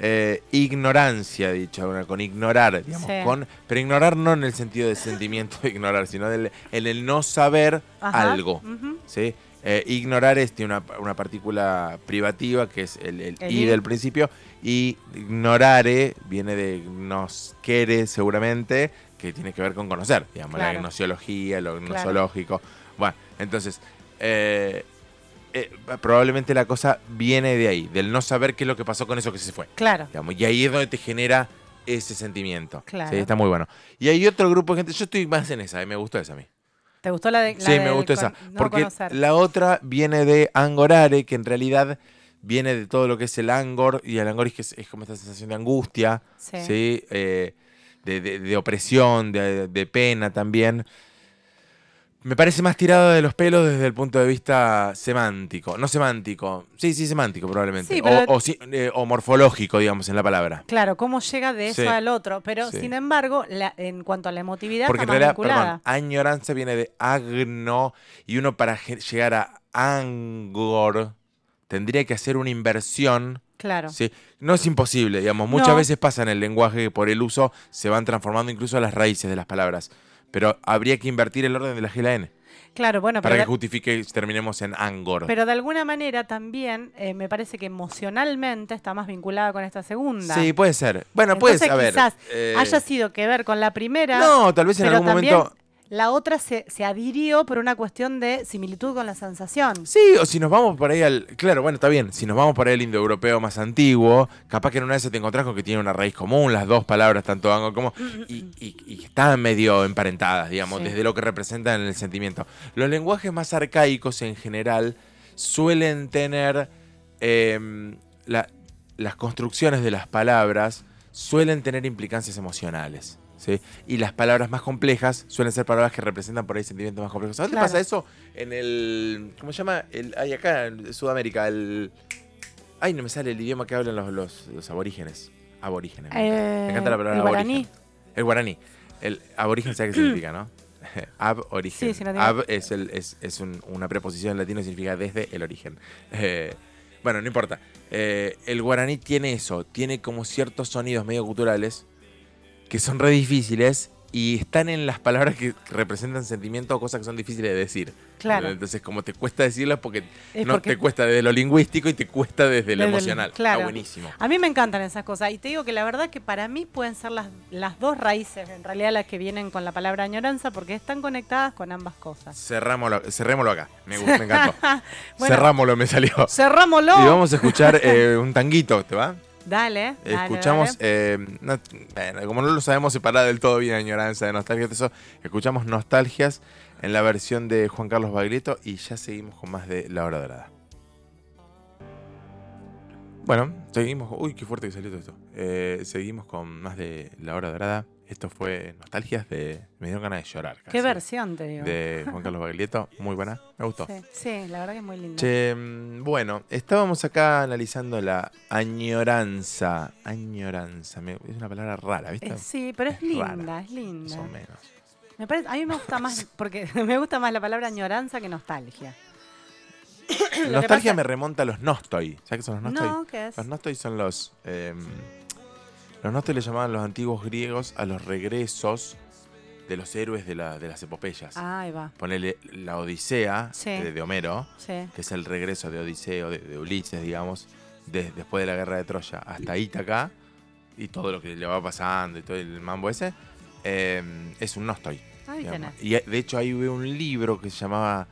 S2: eh, ignorancia, dicho, bueno, con ignorar, digamos,
S1: Sí.
S2: con, pero ignorar no en el sentido de sentimiento de ignorar, sino del, en el no saber
S1: Ajá,
S2: algo.
S1: ujú.
S2: ¿sí? Eh, ignorar es, tiene una, una partícula privativa que es el, el
S1: El
S2: i
S1: i.
S2: del principio. Y ignorare viene de nos quere seguramente, que tiene que ver con conocer, digamos, la
S1: Claro.
S2: gnosiología, lo gnosológico. Bueno, entonces, eh, eh, probablemente la cosa viene de ahí, del no saber qué es lo que pasó con eso que se fue.
S1: Claro.
S2: digamos, y ahí es donde te genera ese sentimiento.
S1: Claro.
S2: Sí, está muy bueno. Y hay otro grupo de gente, yo estoy más en esa, eh, me gustó esa a mí.
S1: ¿Te gustó la de la
S2: Sí, me
S1: del
S2: gustó
S1: con-
S2: esa.
S1: no
S2: porque
S1: conocer?
S2: la otra viene de Angorare, que en realidad viene de todo lo que es el Angor, y el Angor es, que es, es como esta sensación de angustia,
S1: Sí.
S2: ¿sí? Eh, de, de- de opresión, de, de pena también. Me parece más tirado de los pelos desde el punto de vista semántico. No semántico. Sí, sí, semántico probablemente.
S1: Sí,
S2: o-
S1: pero-
S2: o, sí- eh, o morfológico, digamos, en la palabra.
S1: Claro, cómo llega de eso
S2: Sí.
S1: al otro. Pero
S2: Sí.
S1: sin embargo, la- en cuanto a la emotividad,
S2: Porque en
S1: está más
S2: realidad, perdón,
S1: vinculada.
S2: añoranza viene de agno y uno para ge- llegar a angor tendría que hacer una inversión.
S1: Claro.
S2: ¿sí? No es imposible, digamos. Muchas
S1: No.
S2: veces pasa en el lenguaje que por el uso se van transformando incluso las raíces de las palabras. Pero habría que invertir el orden de la G y la N
S1: Claro, bueno,
S2: para
S1: pero,
S2: que
S1: de,
S2: justifique y terminemos en angor.
S1: pero de alguna manera también eh, me parece que emocionalmente está más vinculada con esta segunda.
S2: sí, puede ser. Bueno,
S1: Entonces,
S2: puede ser. A ver,
S1: quizás
S2: eh,
S1: Haya sido que ver con la primera.
S2: no, tal vez en
S1: pero
S2: algún
S1: también
S2: momento.
S1: la otra se, se adhirió por una cuestión de similitud con la sensación.
S2: Sí, o si nos vamos por ahí al. Claro, bueno, está bien. Si nos vamos por ahí al indoeuropeo más antiguo, capaz que en una de esas te encontrás con que tiene una raíz común, las dos palabras, tanto anglo como. Y, y- y están medio emparentadas, digamos,
S1: Sí.
S2: desde lo que representan en el sentimiento. Los lenguajes más arcaicos en general suelen tener. em, la- las construcciones de las palabras suelen tener implicancias emocionales. ¿sí? Y las palabras más complejas suelen ser palabras que representan por ahí sentimientos más complejos. ¿A dónde
S1: Claro.
S2: pasa eso? En el. ¿Cómo se llama? El, hay acá, en Sudamérica, el. Ay, no me sale el idioma que hablan los, los, los aborígenes. Aborígenes. me encanta.
S1: Eh,
S2: me encanta la palabra
S1: el
S2: aborigen.
S1: guaraní.
S2: El guaraní. El aborigen, ¿sabes qué significa, no? Ab origen.
S1: Sí, sí, lo digo.
S2: Ab es, el, es, es un- una preposición en latino, significa desde el origen. Eh, bueno, no importa. Eh, el guaraní tiene eso, tiene como ciertos sonidos medio culturales que son re difíciles y están en las palabras que representan sentimientos o cosas que son difíciles de decir.
S1: Claro.
S2: Entonces, como te cuesta decirlas porque
S1: Es
S2: no
S1: porque-
S2: te cuesta desde lo lingüístico y te cuesta desde lo
S1: Desde el-
S2: emocional.
S1: claro.
S2: Está buenísimo.
S1: A mí me encantan esas cosas. Y te digo que la verdad que para mí pueden ser las, las dos raíces, en realidad, las que vienen con la palabra añoranza, porque están conectadas con ambas cosas.
S2: Cerrámoslo, cerrémoslo acá. Me, gusta, me encantó.
S1: Bueno.
S2: Cerrámoslo, me salió.
S1: ¡Cerrámoslo!
S2: Y vamos a escuchar eh, un tanguito, ¿te va?
S1: Dale, dale,
S2: escuchamos,
S1: dale.
S2: eh, no- bueno, como no lo sabemos separar del todo bien, añoranza de nostalgia, todo eso, escuchamos Nostalgias en la versión de Juan Carlos Baglietto y ya seguimos con más de La Hora Dorada. Bueno, seguimos. Uy, qué fuerte que salió todo esto. Eh, seguimos con más de La Hora Dorada. Esto fue Nostalgias de. Me dieron ganas de llorar. casi,
S1: Qué versión, te digo.
S2: De Juan Carlos Baglietto. Muy buena. Me gustó.
S1: Sí, sí, la verdad que es muy linda. Eh,
S2: Che, mm, bueno, estábamos acá analizando la añoranza. Añoranza, me- es una palabra rara, ¿viste?
S1: Eh, sí, pero es,
S2: Es
S1: linda,
S2: rara.
S1: es linda.
S2: Más o menos.
S1: Me parece, a mí me gusta más, porque me gusta más la palabra añoranza que nostalgia. que
S2: Nostalgia
S1: pasa-
S2: me remonta a los nostoi. ¿Sabes qué son los nostoi?
S1: No, ¿qué es?
S2: Los nostoi son los. eh, los nostoi le llamaban los antiguos griegos a los regresos de los héroes de, la- de las epopeyas.
S1: Ahí va,
S2: Ponele la Odisea
S1: Ah. Sí.
S2: eh, de, Homero,
S1: sí.
S2: que es el regreso de Odiseo, de, de Ulises, digamos, de- después de la guerra de Troya hasta Ítaca y todo lo que le va pasando y todo el mambo ese, eh, es un Nostoi.
S1: Ahí
S2: digamos.
S1: tenés.
S2: Y eh, de hecho ahí veo un libro que se llamaba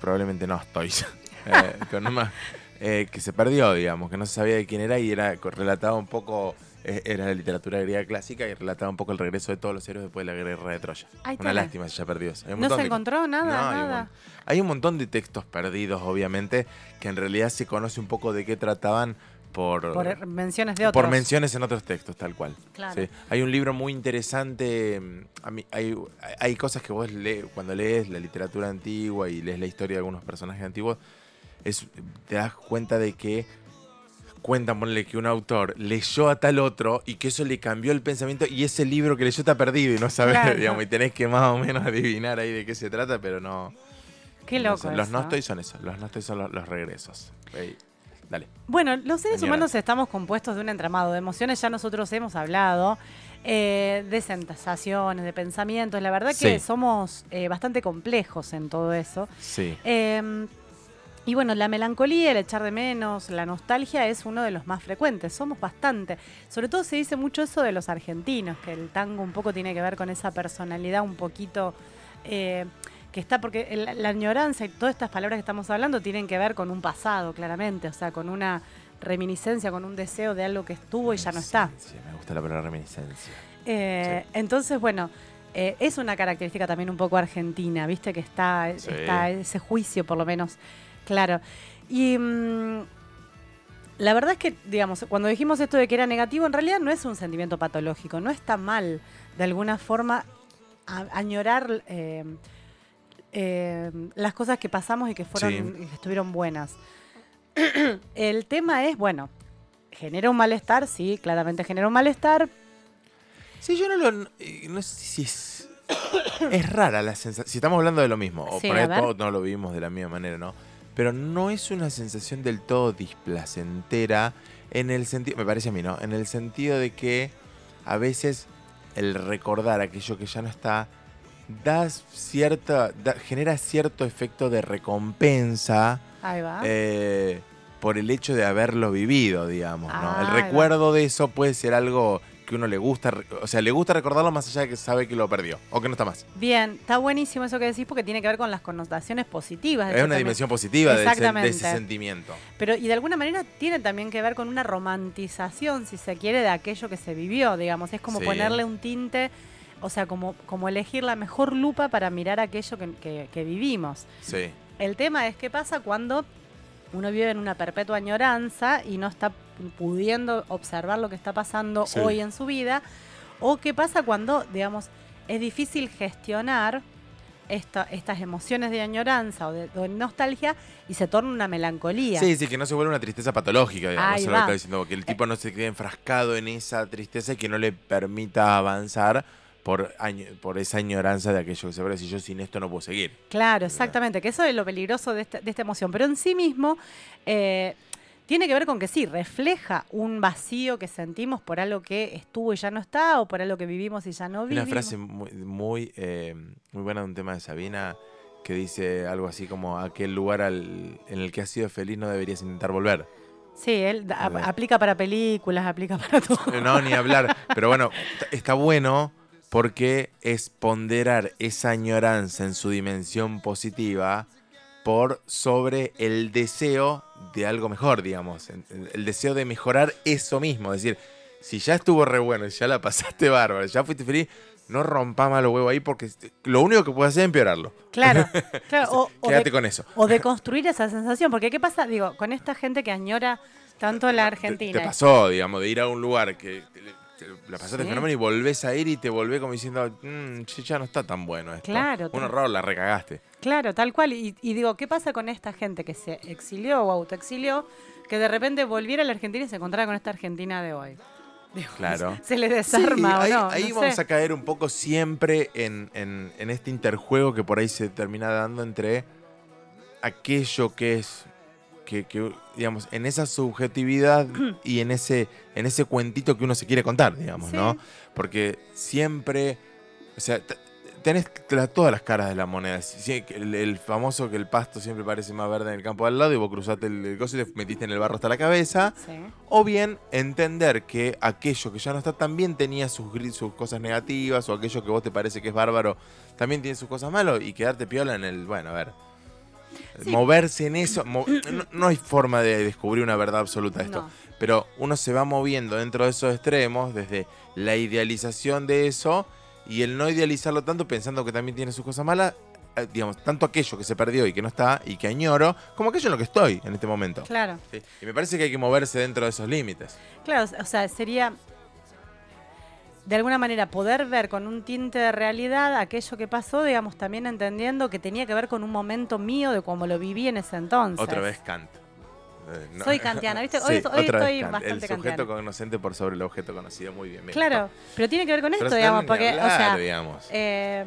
S2: probablemente Nostois, eh, con un ma- eh, que se perdió, digamos, que no se sabía de quién era y era co- relataba un poco, eh, era la literatura griega clásica y relataba un poco el regreso de todos los héroes después de la guerra de Troya.
S1: Ahí
S2: Una
S1: tenés.
S2: lástima se haya perdido. eso. Hay un
S1: No
S2: montón
S1: se
S2: de-
S1: encontró nada,
S2: no, hay un
S1: nada.
S2: mon- Hay un montón de textos perdidos, obviamente, que en realidad se conoce un poco de qué trataban por,
S1: Por eh, menciones de
S2: por
S1: otros.
S2: menciones en otros textos, tal cual.
S1: Claro.
S2: Sí. Hay un libro muy interesante. mm, a mí- hay, hay cosas que vos lees, cuando lees la literatura antigua y lees la historia de algunos personajes antiguos, es, te das cuenta de que cuentan, ponle que un autor leyó a tal otro y que eso le cambió el pensamiento y ese libro que leyó está perdido y no sabes,
S1: Claro.
S2: digamos, y tenés que más o menos adivinar ahí de qué se trata, pero no.
S1: Qué
S2: no
S1: loco.
S2: sé. los
S1: eso.
S2: no estoy son eso, los no estoy son los, los regresos. Ey, Dale.
S1: Bueno, los seres
S2: Señora.
S1: humanos estamos compuestos de un entramado de emociones, ya nosotros hemos hablado, eh, de sensaciones, de pensamientos, la verdad que
S2: Sí.
S1: somos eh, bastante complejos en todo eso.
S2: Sí.
S1: Eh, y bueno, la melancolía, el echar de menos, la nostalgia es uno de los más frecuentes, somos bastante. Sobre todo se dice mucho eso de los argentinos, que el tango un poco tiene que ver con esa personalidad un poquito eh, que está, porque el- la añoranza y todas estas palabras que estamos hablando tienen que ver con un pasado, claramente, o sea, con una reminiscencia, con un deseo de algo que estuvo y Pues ya no está.
S2: Reminiscencia, Me gusta la palabra reminiscencia.
S1: Eh, Entonces, bueno, eh, es una característica también un poco argentina, viste que está,
S2: Sí.
S1: está ese juicio por lo menos, claro. Y mm, la verdad es que, digamos, cuando dijimos esto de que era negativo, en realidad no es un sentimiento patológico, no está mal de alguna forma a- añorar eh, eh, las cosas que pasamos y que fueron
S2: Sí.
S1: y que estuvieron buenas. El tema es, bueno, genera un malestar, sí, claramente genera un malestar,
S2: Sí, yo no lo. eh, No sé si es. Es rara la sensación. Si estamos hablando de lo mismo, o
S1: Sí,
S2: por
S1: a
S2: ahí
S1: ver.
S2: todos no lo vivimos de la misma manera, ¿no? Pero no es una sensación del todo displacentera en el sentido. Me parece a mí, ¿no? En el sentido de que a veces el recordar aquello que ya no está da cierta. da- genera cierto efecto de recompensa.
S1: ahí va.
S2: eh, por el hecho de haberlo vivido, digamos, ¿no?
S1: Ah,
S2: el
S1: ahí va.
S2: recuerdo de eso puede ser algo que uno le gusta, re- o sea, le gusta recordarlo más allá de que sabe que lo perdió o que no está
S1: Ah,
S2: más.
S1: Bien, está buenísimo eso que decís porque tiene que ver con las connotaciones positivas. de
S2: Es
S1: eso
S2: una
S1: también.
S2: dimensión positiva de ese, de ese
S1: Exactamente.
S2: sentimiento.
S1: Pero y de alguna manera tiene también que ver con una romantización, si se quiere, de aquello que se vivió, digamos. Es como
S2: Sí.
S1: ponerle un tinte, o sea, como, como elegir la mejor lupa para mirar aquello que- que- que vivimos.
S2: Sí.
S1: El tema es qué pasa cuando uno vive en una perpetua añoranza y no está pu- pudiendo observar lo que está pasando
S2: Sí.
S1: hoy en su vida, o qué pasa cuando, digamos, es difícil gestionar esta- estas emociones de añoranza o de, o de nostalgia y se torna una melancolía.
S2: Sí, sí, que no se vuelve una tristeza patológica, digamos,
S1: Ahí
S2: eso es lo que
S1: va.
S2: estaba diciendo, que el tipo no se quede enfrascado en esa tristeza y que no le permita avanzar por, año- por esa añoranza de aquello que se verá. Si yo sin esto no puedo seguir.
S1: Claro, exactamente, que eso es lo peligroso de esta, de esta emoción, pero en sí mismo eh, tiene que ver con que sí, refleja un vacío que sentimos por algo que estuvo y ya no está, o por algo que vivimos y ya no
S2: Hay Una
S1: vivimos.
S2: frase muy, muy, eh, muy buena de un tema de Sabina que dice algo así como aquel lugar al- en el que has sido feliz no deberías intentar volver.
S1: Sí, él da-
S2: Ahí va.
S1: aplica para películas, aplica para todo.
S2: Eh, No, ni hablar. Pero bueno, t- está bueno porque es ponderar esa añoranza en su dimensión positiva por sobre el deseo de algo mejor, digamos. En- en- El deseo de mejorar eso mismo. Es decir, si ya estuvo re bueno, y ya la pasaste bárbaro, ya fuiste feliz, no rompa malo huevo ahí porque lo único que puedes hacer es empeorarlo.
S1: Claro, claro. O, o
S2: Quédate
S1: de,
S2: con eso.
S1: o de construir esa sensación. Porque, ¿qué pasa? Digo, con esta gente que añora tanto la
S2: Te-
S1: Argentina.
S2: Te, pasó, digamos, de ir a un lugar que te- te- la pasaste
S1: Sí.
S2: fenómeno y volvés a ir y te volvés como diciendo, "Mm, che, ya no está tan bueno esto.
S1: Claro,
S2: Un
S1: tal-
S2: horror, la recagaste.
S1: Claro, tal cual. Y, y digo, ¿qué pasa con esta gente que se exilió o autoexilió? Que de repente volviera a la Argentina y se encontrara con esta Argentina de hoy. Digo,
S2: Claro.
S1: Se les desarma
S2: ahí,
S1: o no.
S2: ahí
S1: no
S2: vamos
S1: sé.
S2: a caer un poco siempre en, en- en este interjuego que por ahí se termina dando entre aquello que es, que, que, digamos, en esa subjetividad y en ese, en ese cuentito que uno se quiere contar, digamos,
S1: Sí.
S2: ¿no? Porque siempre, o sea, t- tenés la- todas las caras de la moneda. Si- si- El, el famoso que el pasto siempre parece más verde en el campo de al lado y vos cruzaste el, el coso y te metiste en el barro hasta la cabeza.
S1: Sí.
S2: O bien entender que aquello que ya no está también tenía sus, gri- sus cosas negativas o aquello que vos te parece que es bárbaro también tiene sus cosas malas y quedarte piola en el, bueno, a ver.
S1: Sí.
S2: Moverse en eso, mo- no, no hay forma de descubrir una verdad absoluta de esto,
S1: No.
S2: pero uno se va moviendo dentro de esos extremos desde la idealización de eso y el no idealizarlo tanto pensando que también tiene sus cosas malas, eh, digamos, tanto aquello que se perdió y que no está y que añoro, como aquello en lo que estoy en este momento.
S1: Claro.
S2: Sí, Y me parece que hay que moverse dentro de esos límites.
S1: Claro, o sea, sería de alguna manera poder ver con un tinte de realidad aquello que pasó, digamos, también entendiendo que tenía que ver con un momento mío de cómo lo viví en ese entonces.
S2: Otra vez Kant. Eh, no.
S1: Soy kantiana, ¿viste?
S2: Sí,
S1: Hoy, hoy
S2: otra vez
S1: estoy
S2: Kant. El
S1: bastante
S2: sujeto
S1: kantiana.
S2: conocente por sobre el objeto conocido. Muy bien. me
S1: Claro,
S2: gustó.
S1: pero tiene que ver con
S2: Pero
S1: esto,
S2: se
S1: digamos,
S2: dan
S1: porque,
S2: ni hablar,
S1: o sea,
S2: digamos.
S1: eh,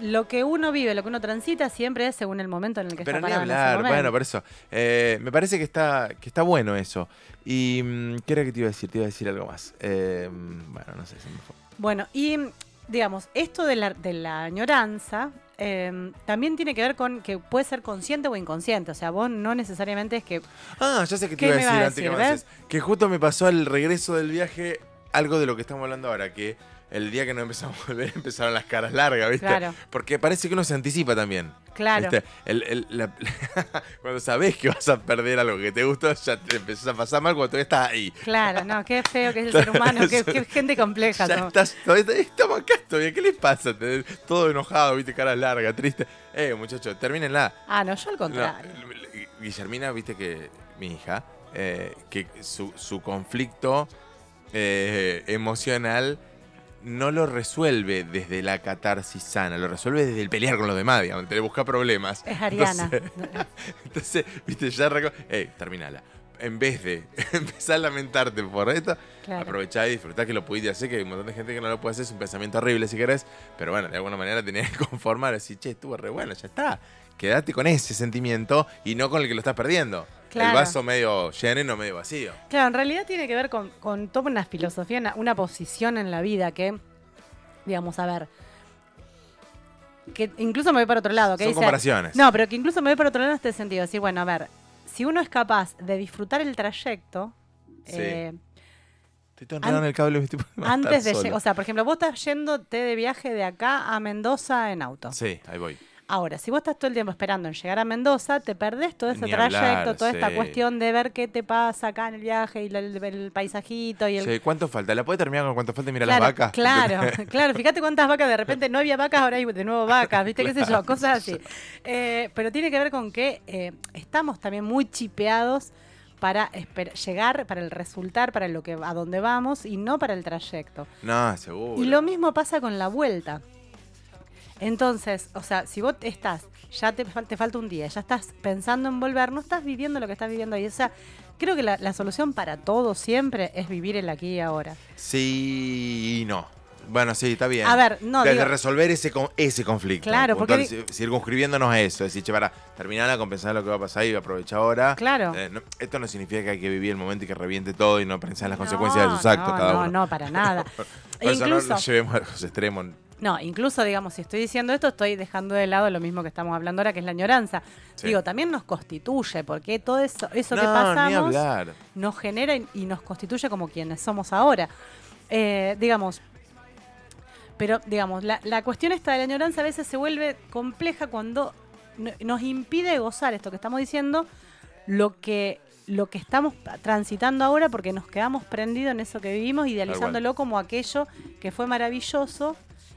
S1: lo que uno vive, lo que uno transita siempre es según el momento en el que
S2: pero
S1: está
S2: ni
S1: parado en ese
S2: hablar,
S1: momento.
S2: bueno, por eso. Eh, me parece que está, que está bueno eso. Y mm, ¿qué era que te iba a decir? Te iba a decir algo más. Eh, bueno, no sé, se me fue.
S1: Bueno, y digamos, esto de la, de la añoranza eh, también tiene que ver con que puede ser consciente o inconsciente. O sea, vos no necesariamente es que.
S2: Ah, ya sé que te
S1: ¿Qué
S2: iba a
S1: me iba
S2: decir
S1: a
S2: antes que
S1: decir,
S2: avances. Que justo me pasó al regreso del viaje algo de lo que estamos hablando ahora, que el día que nos empezamos a volver empezaron las caras largas, ¿viste?
S1: Claro.
S2: Porque parece que uno se anticipa también.
S1: Claro.
S2: ¿Viste? El- el- la- cuando sabes que vas a perder algo que te gusta, ya te empezás a pasar mal cuando todavía estás ahí.
S1: Claro, no, qué feo que es el ser humano, qué, qué gente compleja.
S2: Ya
S1: ¿no?
S2: estás, todavía está- estamos acá todavía. ¿Qué les pasa? Te- Todo enojado, viste, cara larga, triste. Eh, muchachos, termínenla.
S1: Ah, no, yo al
S2: No,
S1: contrario.
S2: Guillermina, viste que mi hija, eh, que su, su conflicto eh, emocional no lo resuelve desde la catarsis sana, lo resuelve desde el pelear con los demás, digamos, le busca problemas.
S1: Es Ariana.
S2: Entonces, entonces, viste, ya reco- eh, terminala. En vez de empezar a lamentarte por esto,
S1: Claro.
S2: aprovechá y disfrutá que lo pudiste hacer, que hay un montón de gente que no lo puede hacer, es un pensamiento horrible si querés, pero bueno, de alguna manera tenés que conformar, decir, che, estuvo re bueno, ya está. Quedate con ese sentimiento y no con el que lo estás perdiendo. El
S1: Claro.
S2: vaso medio lleno y no medio vacío.
S1: Claro, en realidad tiene que ver con, con toda una filosofía, una, una posición en la vida que, digamos, a ver, que incluso me voy para otro lado. Que
S2: Son
S1: dice-
S2: comparaciones.
S1: No, pero que incluso me voy para otro lado en este sentido. Decir, bueno, a ver, si uno es capaz de disfrutar el trayecto,
S2: Sí.
S1: eh,
S2: Estoy todo enredado en el cable, estoy por- va a
S1: antes
S2: estar
S1: de
S2: solo.
S1: llegar, o sea, por ejemplo, vos estás yéndote de viaje de acá a Mendoza en auto.
S2: Sí, ahí voy.
S1: Ahora, si vos estás todo el tiempo esperando en llegar a Mendoza, te perdés todo ese
S2: Ni
S1: trayecto,
S2: hablar,
S1: toda
S2: sí.
S1: esta cuestión de ver qué te pasa acá en el viaje y la- el, el paisajito y el...
S2: Che, ¿Cuánto falta? ¿La puede terminar con cuánto falta y mira
S1: Claro,
S2: las vacas?
S1: Claro, claro. Fíjate cuántas vacas, de repente no había vacas, ahora hay de nuevo vacas, ¿viste? ¿Qué sé yo?
S2: Claro,
S1: Cosas así. Eh, pero tiene que ver con que eh, estamos también muy chipeados para esper- llegar, para el resultar, para lo que a dónde vamos y no para el trayecto.
S2: No, seguro.
S1: Y lo mismo pasa con la vuelta. Entonces, o sea, si vos estás, ya te, fal- te falta un día, ya estás pensando en volver, no estás viviendo lo que estás viviendo ahí. O sea, creo que la, la solución para todo siempre es vivir el aquí y ahora.
S2: Sí y no. Bueno, sí, está bien.
S1: A ver, no,
S2: Desde
S1: digo-
S2: resolver ese, con- ese conflicto.
S1: Claro,
S2: puntual,
S1: porque-
S2: ci- circunscribiéndonos a eso. Decir, che, para, terminala, compensar lo que va a pasar y aprovecha ahora.
S1: Claro.
S2: Eh, no- esto no significa que hay que vivir el momento y que reviente todo y no pensar en las
S1: No,
S2: consecuencias de sus actos
S1: no,
S2: cada
S1: no,
S2: uno.
S1: No, para nada. E
S2: Por eso no
S1: incluso,
S2: nos llevemos a los extremos.
S1: no, incluso, digamos, si estoy diciendo esto, estoy dejando de lado lo mismo que estamos hablando ahora, que es la añoranza.
S2: Sí.
S1: Digo, también nos constituye, porque todo eso, eso
S2: no,
S1: que
S2: ni
S1: pasamos
S2: hablar.
S1: nos genera y, y nos constituye como quienes somos ahora. Eh, digamos, pero digamos, la, la cuestión esta de la añoranza a veces se vuelve compleja cuando no- nos impide gozar esto que estamos diciendo, lo que, lo que estamos transitando ahora, porque nos quedamos prendidos en eso que vivimos, idealizándolo como aquello que fue maravilloso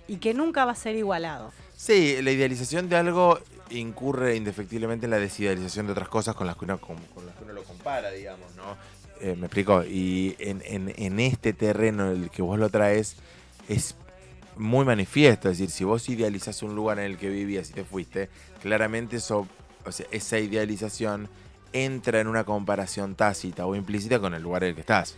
S1: y que nunca va a ser igualado.
S2: Sí, la idealización de algo incurre indefectiblemente en la desidealización de otras cosas con las que uno, con, con las que uno lo compara, digamos, ¿no? Eh, Me explico. Y en, en- en este terreno en el que vos lo traes es muy manifiesto. Es decir, si vos idealizás un lugar en el que vivías y te fuiste, claramente eso, o sea, esa idealización entra en una comparación tácita o implícita con el lugar en el que estás.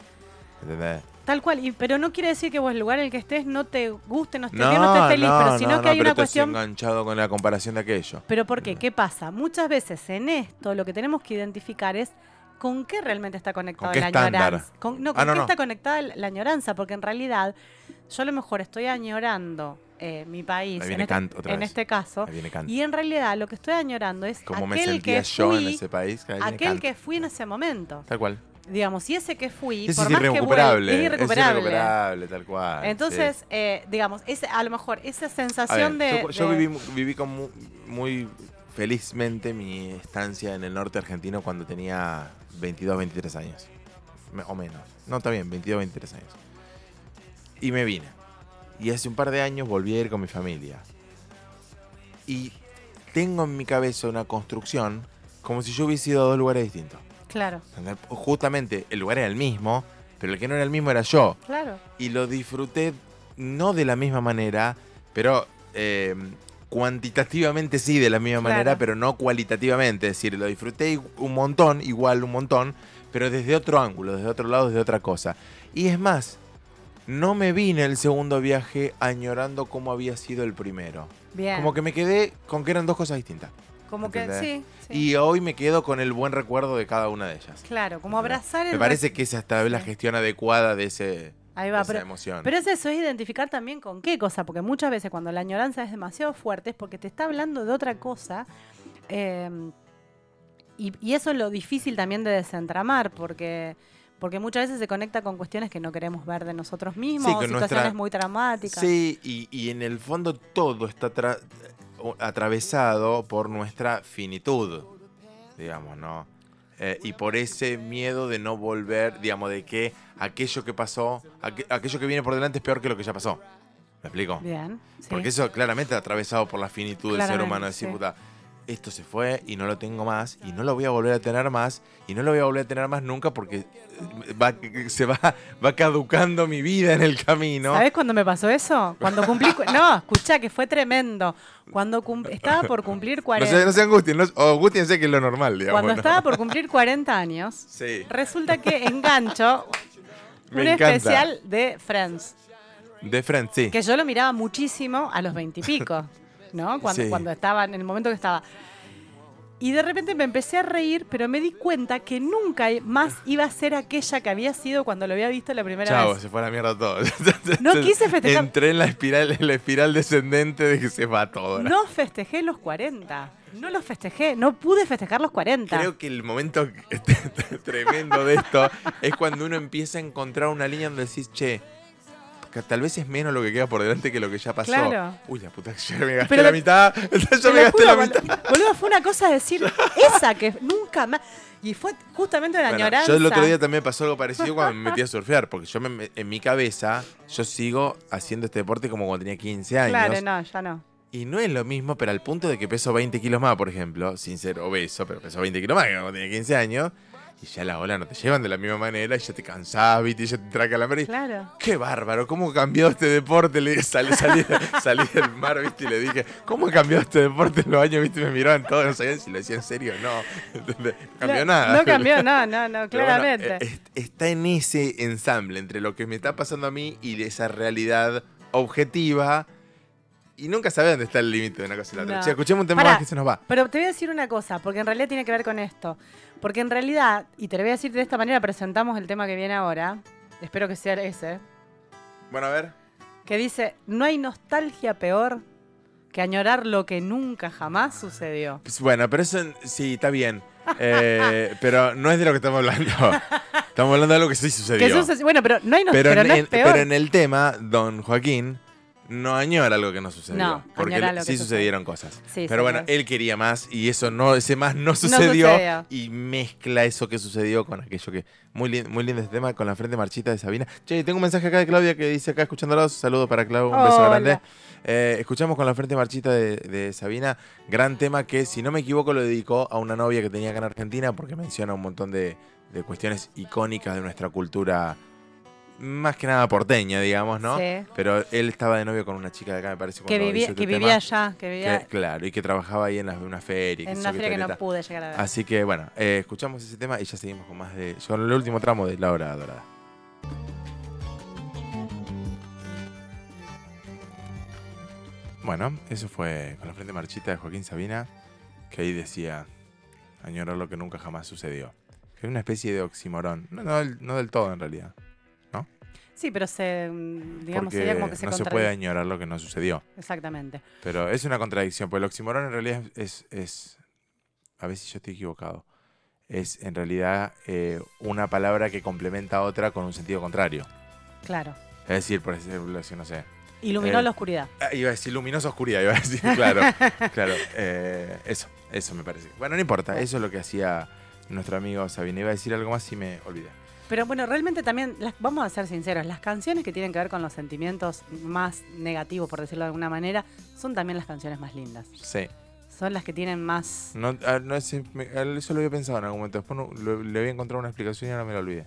S2: ¿Entendés?
S1: Tal cual, y- pero no quiere decir que vos el lugar en el que estés no te guste, no estés bien, no estés feliz, pero sino que hay
S2: pero
S1: una
S2: estás
S1: cuestión
S2: enganchado con la comparación de aquello.
S1: Pero ¿por qué? ¿Qué pasa? Muchas veces en esto lo que tenemos que identificar es con qué realmente está conectada
S2: ¿Con qué
S1: la
S2: estándar?
S1: añoranza. Con, no,
S2: Ah,
S1: con
S2: no,
S1: qué
S2: no.
S1: está conectada la la añoranza, porque en realidad yo a lo mejor estoy añorando eh, mi país
S2: Ahí
S1: en,
S2: viene
S1: este,
S2: Kant otra
S1: en
S2: vez.
S1: este caso.
S2: Ahí viene Kant.
S1: Y en realidad lo que estoy añorando es
S2: cómo me
S1: aquel
S2: sentía
S1: que
S2: yo
S1: fui,
S2: en ese país. Ahí viene
S1: aquel
S2: Kant.
S1: que fui en ese momento.
S2: Tal cual.
S1: Digamos, y ese que fui,
S2: Es
S1: por más que vuel-
S2: irrecuperable.
S1: es irrecuperable.
S2: irrecuperable, tal cual.
S1: Entonces,
S2: sí.
S1: eh, digamos, ese, a lo mejor esa
S2: A ver,
S1: sensación
S2: yo,
S1: de...
S2: yo
S1: de-
S2: viví, mu- viví con mu- muy, felizmente mi estancia en el norte argentino cuando tenía 22, 23 años. Me- o menos. No, está bien, 22, 23 años. Y me vine. Y hace un par de años volví a ir con mi familia. Y tengo en mi cabeza una construcción como si yo hubiese ido a dos lugares distintos.
S1: Claro,
S2: ¿Entendés? Justamente el lugar era el mismo, pero el que no era el mismo era yo.
S1: claro.
S2: Y lo disfruté no de la misma manera, pero eh, cuantitativamente sí de la misma
S1: Claro.
S2: manera, pero no cualitativamente. Es decir, lo disfruté i- un montón, igual un montón, pero desde otro ángulo, desde otro lado, desde otra cosa. Y es más, no me vine el segundo viaje añorando cómo había sido el primero.
S1: Bien.
S2: Como que me quedé con que eran dos cosas distintas.
S1: Como que sí,
S2: ¿Entendés?
S1: sí.
S2: Y hoy me quedo con el buen recuerdo de cada una de ellas.
S1: Claro, como abrazar el
S2: Me
S1: res-
S2: parece que esa es tal vez la gestión adecuada de, ese,
S1: Ahí
S2: de
S1: va,
S2: esa
S1: pero,
S2: emoción.
S1: pero es eso, es identificar también con qué cosa, porque muchas veces cuando la añoranza es demasiado fuerte es porque te está hablando de otra cosa. eh, y, y eso es lo difícil también de desentramar, porque, porque muchas veces se conecta con cuestiones que no queremos ver de nosotros mismos,
S2: con
S1: situaciones
S2: nuestra-
S1: muy traumáticas.
S2: sí, y, y en el fondo todo está tra- u- atravesado por nuestra finitud, digamos, ¿no? Eh, y por ese miedo de no volver, digamos, de que aquello que pasó, aque- aquello que viene por delante es peor que lo que ya pasó. ¿Me explico?
S1: Bien. sí.
S2: Porque eso claramente atravesado por la finitud del ser
S1: Claramente,
S2: humano. Decir,
S1: sí.
S2: puta, esto se fue y no lo tengo más, y no lo voy a volver a tener más, y no lo voy a volver a tener más nunca porque eh, va, se va, va caducando mi vida en el camino.
S1: ¿Sabes cuándo me pasó eso? Cuando cumplí. cu- No, escuchá, que fue tremendo. Cuando cum- estaba por cumplir
S2: No
S1: 40.
S2: se, no se angustien, no- o angústiense que es lo normal, digamos.
S1: cuando
S2: ¿no?
S1: estaba por cumplir 40 años,
S2: Sí,
S1: resulta que engancho
S2: Me
S1: un
S2: encanta.
S1: especial de Friends.
S2: de frente, sí.
S1: Que yo lo miraba muchísimo a los 20 y pico, ¿no? Cuando,
S2: Sí.
S1: cuando estaba, en el momento que estaba. Y de repente me empecé a reír, pero me di cuenta que nunca más iba a ser aquella que había sido cuando lo había visto la primera
S2: Chao,
S1: vez.
S2: se fue a la mierda todo.
S1: No quise festejar.
S2: Entré en la espiral, en la espiral descendente de que se va todo. ¿no?
S1: No festejé los 40. No los festejé. No pude festejar los 40.
S2: Creo que el momento tremendo de esto es cuando uno empieza a encontrar una línea donde decís, che, que tal vez es menos lo que queda por delante que lo que ya pasó.
S1: Claro.
S2: Uy, la puta, ya me gasté
S1: Pero
S2: la
S1: lo-
S2: mitad. Ya
S1: Te
S2: me
S1: lo
S2: gasté
S1: juro,
S2: la
S1: bol-
S2: mitad.
S1: boludo, fue una cosa decir esa que nunca más. Y fue justamente una
S2: Bueno,
S1: añoranza.
S2: yo el otro día también me pasó algo parecido cuando me metí a surfear, porque yo me- me- en mi cabeza, yo sigo haciendo este deporte como cuando tenía 15 años.
S1: Claro, no, ya no.
S2: Y no es lo mismo, pero al punto de que peso 20 kilos más, por ejemplo, sin ser obeso, pero peso 20 kilos más, que cuando tenía 15 años, y ya las olas no te llevan de la misma manera, y ya te cansás, viste, y ya te traca la mar. y-
S1: Claro.
S2: ¡Qué bárbaro! ¿Cómo cambió este deporte? Le dije, salí, salí, salí del mar, viste, y le dije, ¿cómo cambió este deporte en los años, viste? Y me miraban todos, no sabían si lo decía en serio o no. ¿entendés? No cambió
S1: Cla-
S2: nada.
S1: No cambió, no, no, no,
S2: Pero bueno,
S1: claramente.
S2: eh, es- está en ese ensamble entre lo que me está pasando a mí y esa realidad objetiva. Y nunca sabes dónde está el límite de una cosa y la otra.
S1: No.
S2: Che, escuchemos un tema
S1: Pará.
S2: más que se nos va.
S1: Pero te voy a decir una cosa, porque en realidad tiene que ver con esto. Porque en realidad, y te lo voy a decir de esta manera, presentamos el tema que viene ahora. Espero que sea ese.
S2: Bueno, a ver.
S1: Que dice: No hay nostalgia peor que añorar lo que nunca jamás sucedió.
S2: Pues, bueno, pero eso en- sí, está bien. Eh, pero no es de lo que estamos hablando. Estamos hablando de algo que sí sucedió.
S1: Que suce- bueno, pero no hay nostalgia.
S2: pero,
S1: Pero,
S2: en,
S1: no
S2: en-
S1: es peor.
S2: pero en el tema, don Joaquín no añora algo que no sucedió.
S1: No,
S2: porque
S1: añora
S2: le-
S1: lo que
S2: sí
S1: sucedió.
S2: sucedieron cosas.
S1: Sí,
S2: Pero bueno,
S1: señor.
S2: él quería más y eso no, ese más no sucedió,
S1: sucedió.
S2: y mezcla eso que sucedió con aquello que muy lindo, muy lindo este tema con la frente marchita de Sabina. Che, tengo un mensaje acá de Claudia que dice acá escuchándolos, saludo para Clau, un beso
S1: Hola.
S2: grande. Eh, escuchamos con la frente marchita de, de Sabina, gran tema que si no me equivoco lo dedicó a una novia que tenía acá en Argentina porque menciona un montón de, de cuestiones icónicas de nuestra cultura más que nada porteña, digamos, ¿no?
S1: Sí.
S2: Pero él estaba de novio con una chica de acá, me parece.
S1: que
S2: cuando hizo
S1: vivía,
S2: este
S1: que
S2: tema.
S1: vivía allá, que vivía
S2: Que- claro, y que trabajaba ahí en, las- una feria. y
S1: en
S2: sé
S1: una
S2: yo,
S1: feria que no
S2: tal.
S1: pude llegar a ver.
S2: Así que bueno, eh, escuchamos ese tema y ya seguimos con más de. Con el último tramo de La Hora Dorada. Bueno, eso fue con la frente marchita de Joaquín Sabina, que ahí decía añorar lo que nunca jamás sucedió. Que era una especie de oximorón. No, no, del- no del todo en realidad.
S1: Sí, pero se, mm, digamos,
S2: porque
S1: sería como que se
S2: no se
S1: contradice.
S2: puede añorar lo que no sucedió.
S1: Exactamente.
S2: Pero es una contradicción, porque el oxímoron en realidad es, es- a ver si yo estoy equivocado, es en realidad eh, una palabra que complementa a otra con un sentido contrario.
S1: Claro.
S2: Es decir, por ejemplo, si no sé.
S1: Iluminó
S2: Eh,
S1: la oscuridad.
S2: Ah, iba a decir luminosa oscuridad, iba a decir, claro, claro. eh, eso, eso me parece. Bueno, no importa, eso es lo que hacía nuestro amigo Sabine. Iba a decir algo más y me olvidé.
S1: Pero bueno, realmente también, las, vamos a ser sinceros, las canciones que tienen que ver con los sentimientos más negativos, por decirlo de alguna manera, son también las canciones más lindas.
S2: Sí.
S1: Son las que tienen más...
S2: No, ah, no sé, me- eso lo había pensado en algún momento. Después no- lo- le había encontrado una explicación y ahora me lo olvidé.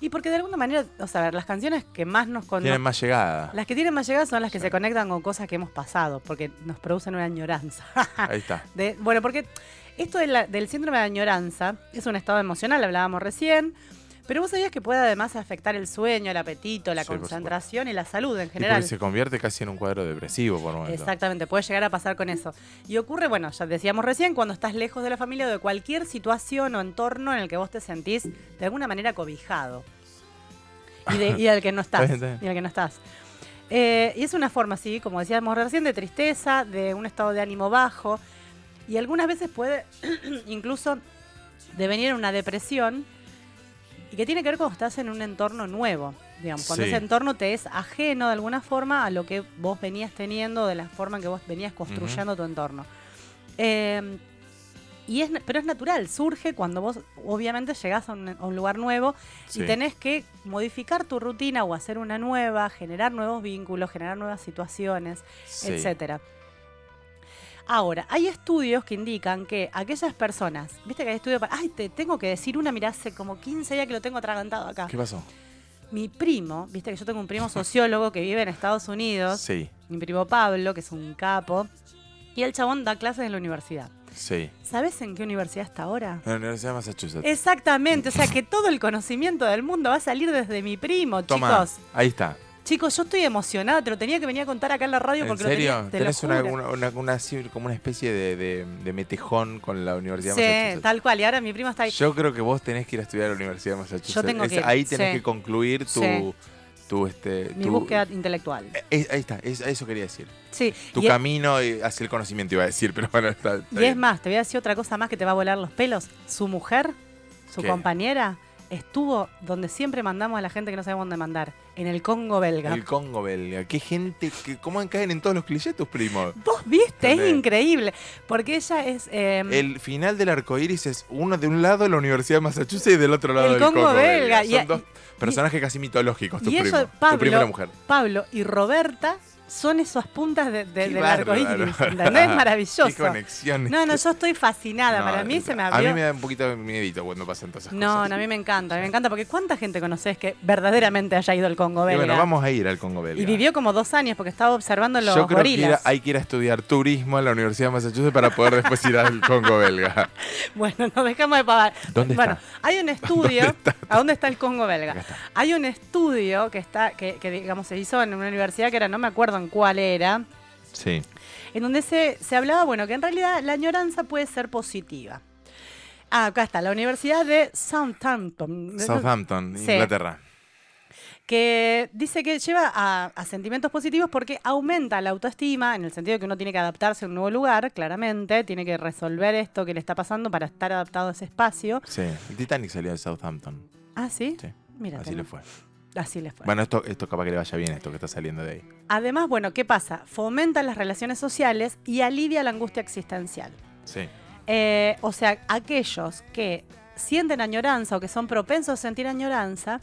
S1: Y porque de alguna manera, o sea, a ver, las canciones que más nos
S2: Mm. Tienen
S1: conocen...
S2: más llegada.
S1: Las que tienen más llegada son las que
S2: Sí.
S1: se conectan con cosas que hemos pasado, porque nos producen una añoranza.
S2: Ahí está.
S1: De- bueno, porque esto de la- del síndrome de añoranza es un estado emocional, hablábamos recién, pero vos sabías que puede además afectar el sueño, el apetito, la
S2: Sí, por supuesto.
S1: concentración y la salud en
S2: Y porque
S1: general.
S2: se convierte casi en un cuadro depresivo por momentos.
S1: Exactamente, puede llegar a pasar con eso. Y ocurre, bueno, ya decíamos recién, cuando estás lejos de la familia o de cualquier situación o entorno en el que vos te sentís de alguna manera cobijado. Y, de- y al que no estás.
S2: Está bien, está bien.
S1: y al que no estás. Eh, y es una forma, sí, como decíamos recién, de tristeza, de un estado de ánimo bajo. Y algunas veces puede incluso devenir en una depresión y que tiene que ver cuando estás en un entorno nuevo. Digamos, cuando
S2: Sí.
S1: ese entorno te es ajeno de alguna forma a lo que vos venías teniendo, de la forma en que vos venías construyendo tu entorno. Eh, y es, na- pero es natural, surge cuando vos obviamente llegás a un, a un lugar nuevo
S2: Sí.
S1: y tenés que modificar tu rutina o hacer una nueva, generar nuevos vínculos, generar nuevas situaciones
S2: Sí.
S1: etcétera. Ahora, hay estudios que indican que aquellas personas, viste que hay estudios para. Ay, te tengo que decir una, mirá, hace como 15 días que lo tengo atragantado acá.
S2: ¿Qué pasó?
S1: Mi primo, viste que yo tengo un primo sociólogo que vive en Estados Unidos,
S2: Sí,
S1: mi primo Pablo, que es un capo, y el chabón da clases en la universidad.
S2: sí.
S1: ¿Sabes en qué universidad está ahora?
S2: En la Universidad de Massachusetts.
S1: Eh, Exactamente, o sea que todo el conocimiento del mundo va a salir desde mi primo,
S2: Toma,
S1: chicos.
S2: ahí está.
S1: Chicos, yo estoy emocionada, te lo tenía que venir a contar acá en la radio
S2: ¿En
S1: porque
S2: serio?
S1: lo tenía. te lo
S2: Tenés una,
S1: juro.
S2: una- una- una así como una especie de, de, de metejón con la Universidad de
S1: Sí,
S2: Massachusetts.
S1: tal cual. Y ahora mi primo está ahí.
S2: Yo creo que vos tenés que ir a estudiar a la Universidad de Massachusetts.
S1: Yo tengo
S2: Es-
S1: que ir,
S2: ahí tenés
S1: sí.
S2: que concluir tu,
S1: Sí.
S2: tu, este,
S1: mi
S2: tu-
S1: búsqueda intelectual.
S2: Eh, es- ahí está, es- eso quería decir.
S1: Sí.
S2: Tu
S1: y, es,
S2: camino y hacia el conocimiento iba a decir, pero bueno, está, está
S1: y es
S2: bien.
S1: más, te voy a decir otra cosa más que te va a volar los pelos. Su mujer, su
S2: ¿Qué?
S1: compañera, estuvo donde siempre mandamos a la gente que no sabemos dónde mandar, en el Congo belga.
S2: El Congo belga. Qué gente, que, cómo caen en todos los clichés tus primos.
S1: Vos viste, es
S2: ¿Entendés?
S1: increíble. Porque ella es. eh,
S2: El final del arco iris es uno de un lado la Universidad de Massachusetts y del otro lado
S1: El
S2: del
S1: Congo
S2: Congo belga.
S1: belga. Y-
S2: Son dos personajes casi mitológicos, tu
S1: y
S2: primo.
S1: ellos,
S2: tu primo y la
S1: Pablo,
S2: mujer.
S1: Pablo y Roberta son esas puntas de- de-
S2: Qué
S1: del arco
S2: bárbaro.
S1: iris. ¿Entendés?
S2: Qué
S1: Maravilloso.
S2: conexiones.
S1: No, no, yo estoy fascinada.
S2: No,
S1: Para mí se me
S2: A
S1: abrió.
S2: mí me da un poquito de miedito cuando pasan todas esas
S1: No,
S2: cosas.
S1: no, a mí me encanta, me encanta, porque ¿cuánta gente conoces que verdaderamente haya ido al Congo
S2: Y
S1: belga?
S2: bueno, vamos a ir al Congo belga.
S1: Y vivió como dos años porque estaba observando los
S2: Yo creo que ir a-
S1: gorilas.
S2: hay que ir a estudiar turismo en la Universidad de Massachusetts para poder después ir al Congo belga.
S1: Bueno, nos dejamos de pavar.
S2: ¿Dónde
S1: bueno,
S2: está?
S1: hay un estudio. ¿A dónde está el Congo belga?
S2: Acá está.
S1: Hay un estudio que está, que, que, digamos se hizo en una universidad que era, no me acuerdo en cuál era,
S2: Sí.
S1: en donde se, se hablaba, bueno, que en realidad la añoranza puede ser positiva. Ah, acá está, la Universidad de Southampton.
S2: Southampton,
S1: Sí.
S2: Inglaterra.
S1: que dice que lleva a, a sentimientos positivos porque aumenta la autoestima, en el sentido de que uno tiene que adaptarse a un nuevo lugar, claramente, tiene que resolver esto que le está pasando para estar adaptado a ese espacio.
S2: Sí. El Titanic salió de Southampton.
S1: Ah, sí.
S2: Sí.
S1: Mira,
S2: Así le fue.
S1: así le fue.
S2: Bueno, esto, esto capaz que le vaya bien, esto que está saliendo de ahí.
S1: Además, bueno, ¿qué pasa? Fomenta las relaciones sociales y alivia la angustia existencial.
S2: Sí.
S1: Eh, o sea, aquellos que sienten añoranza o que son propensos a sentir añoranza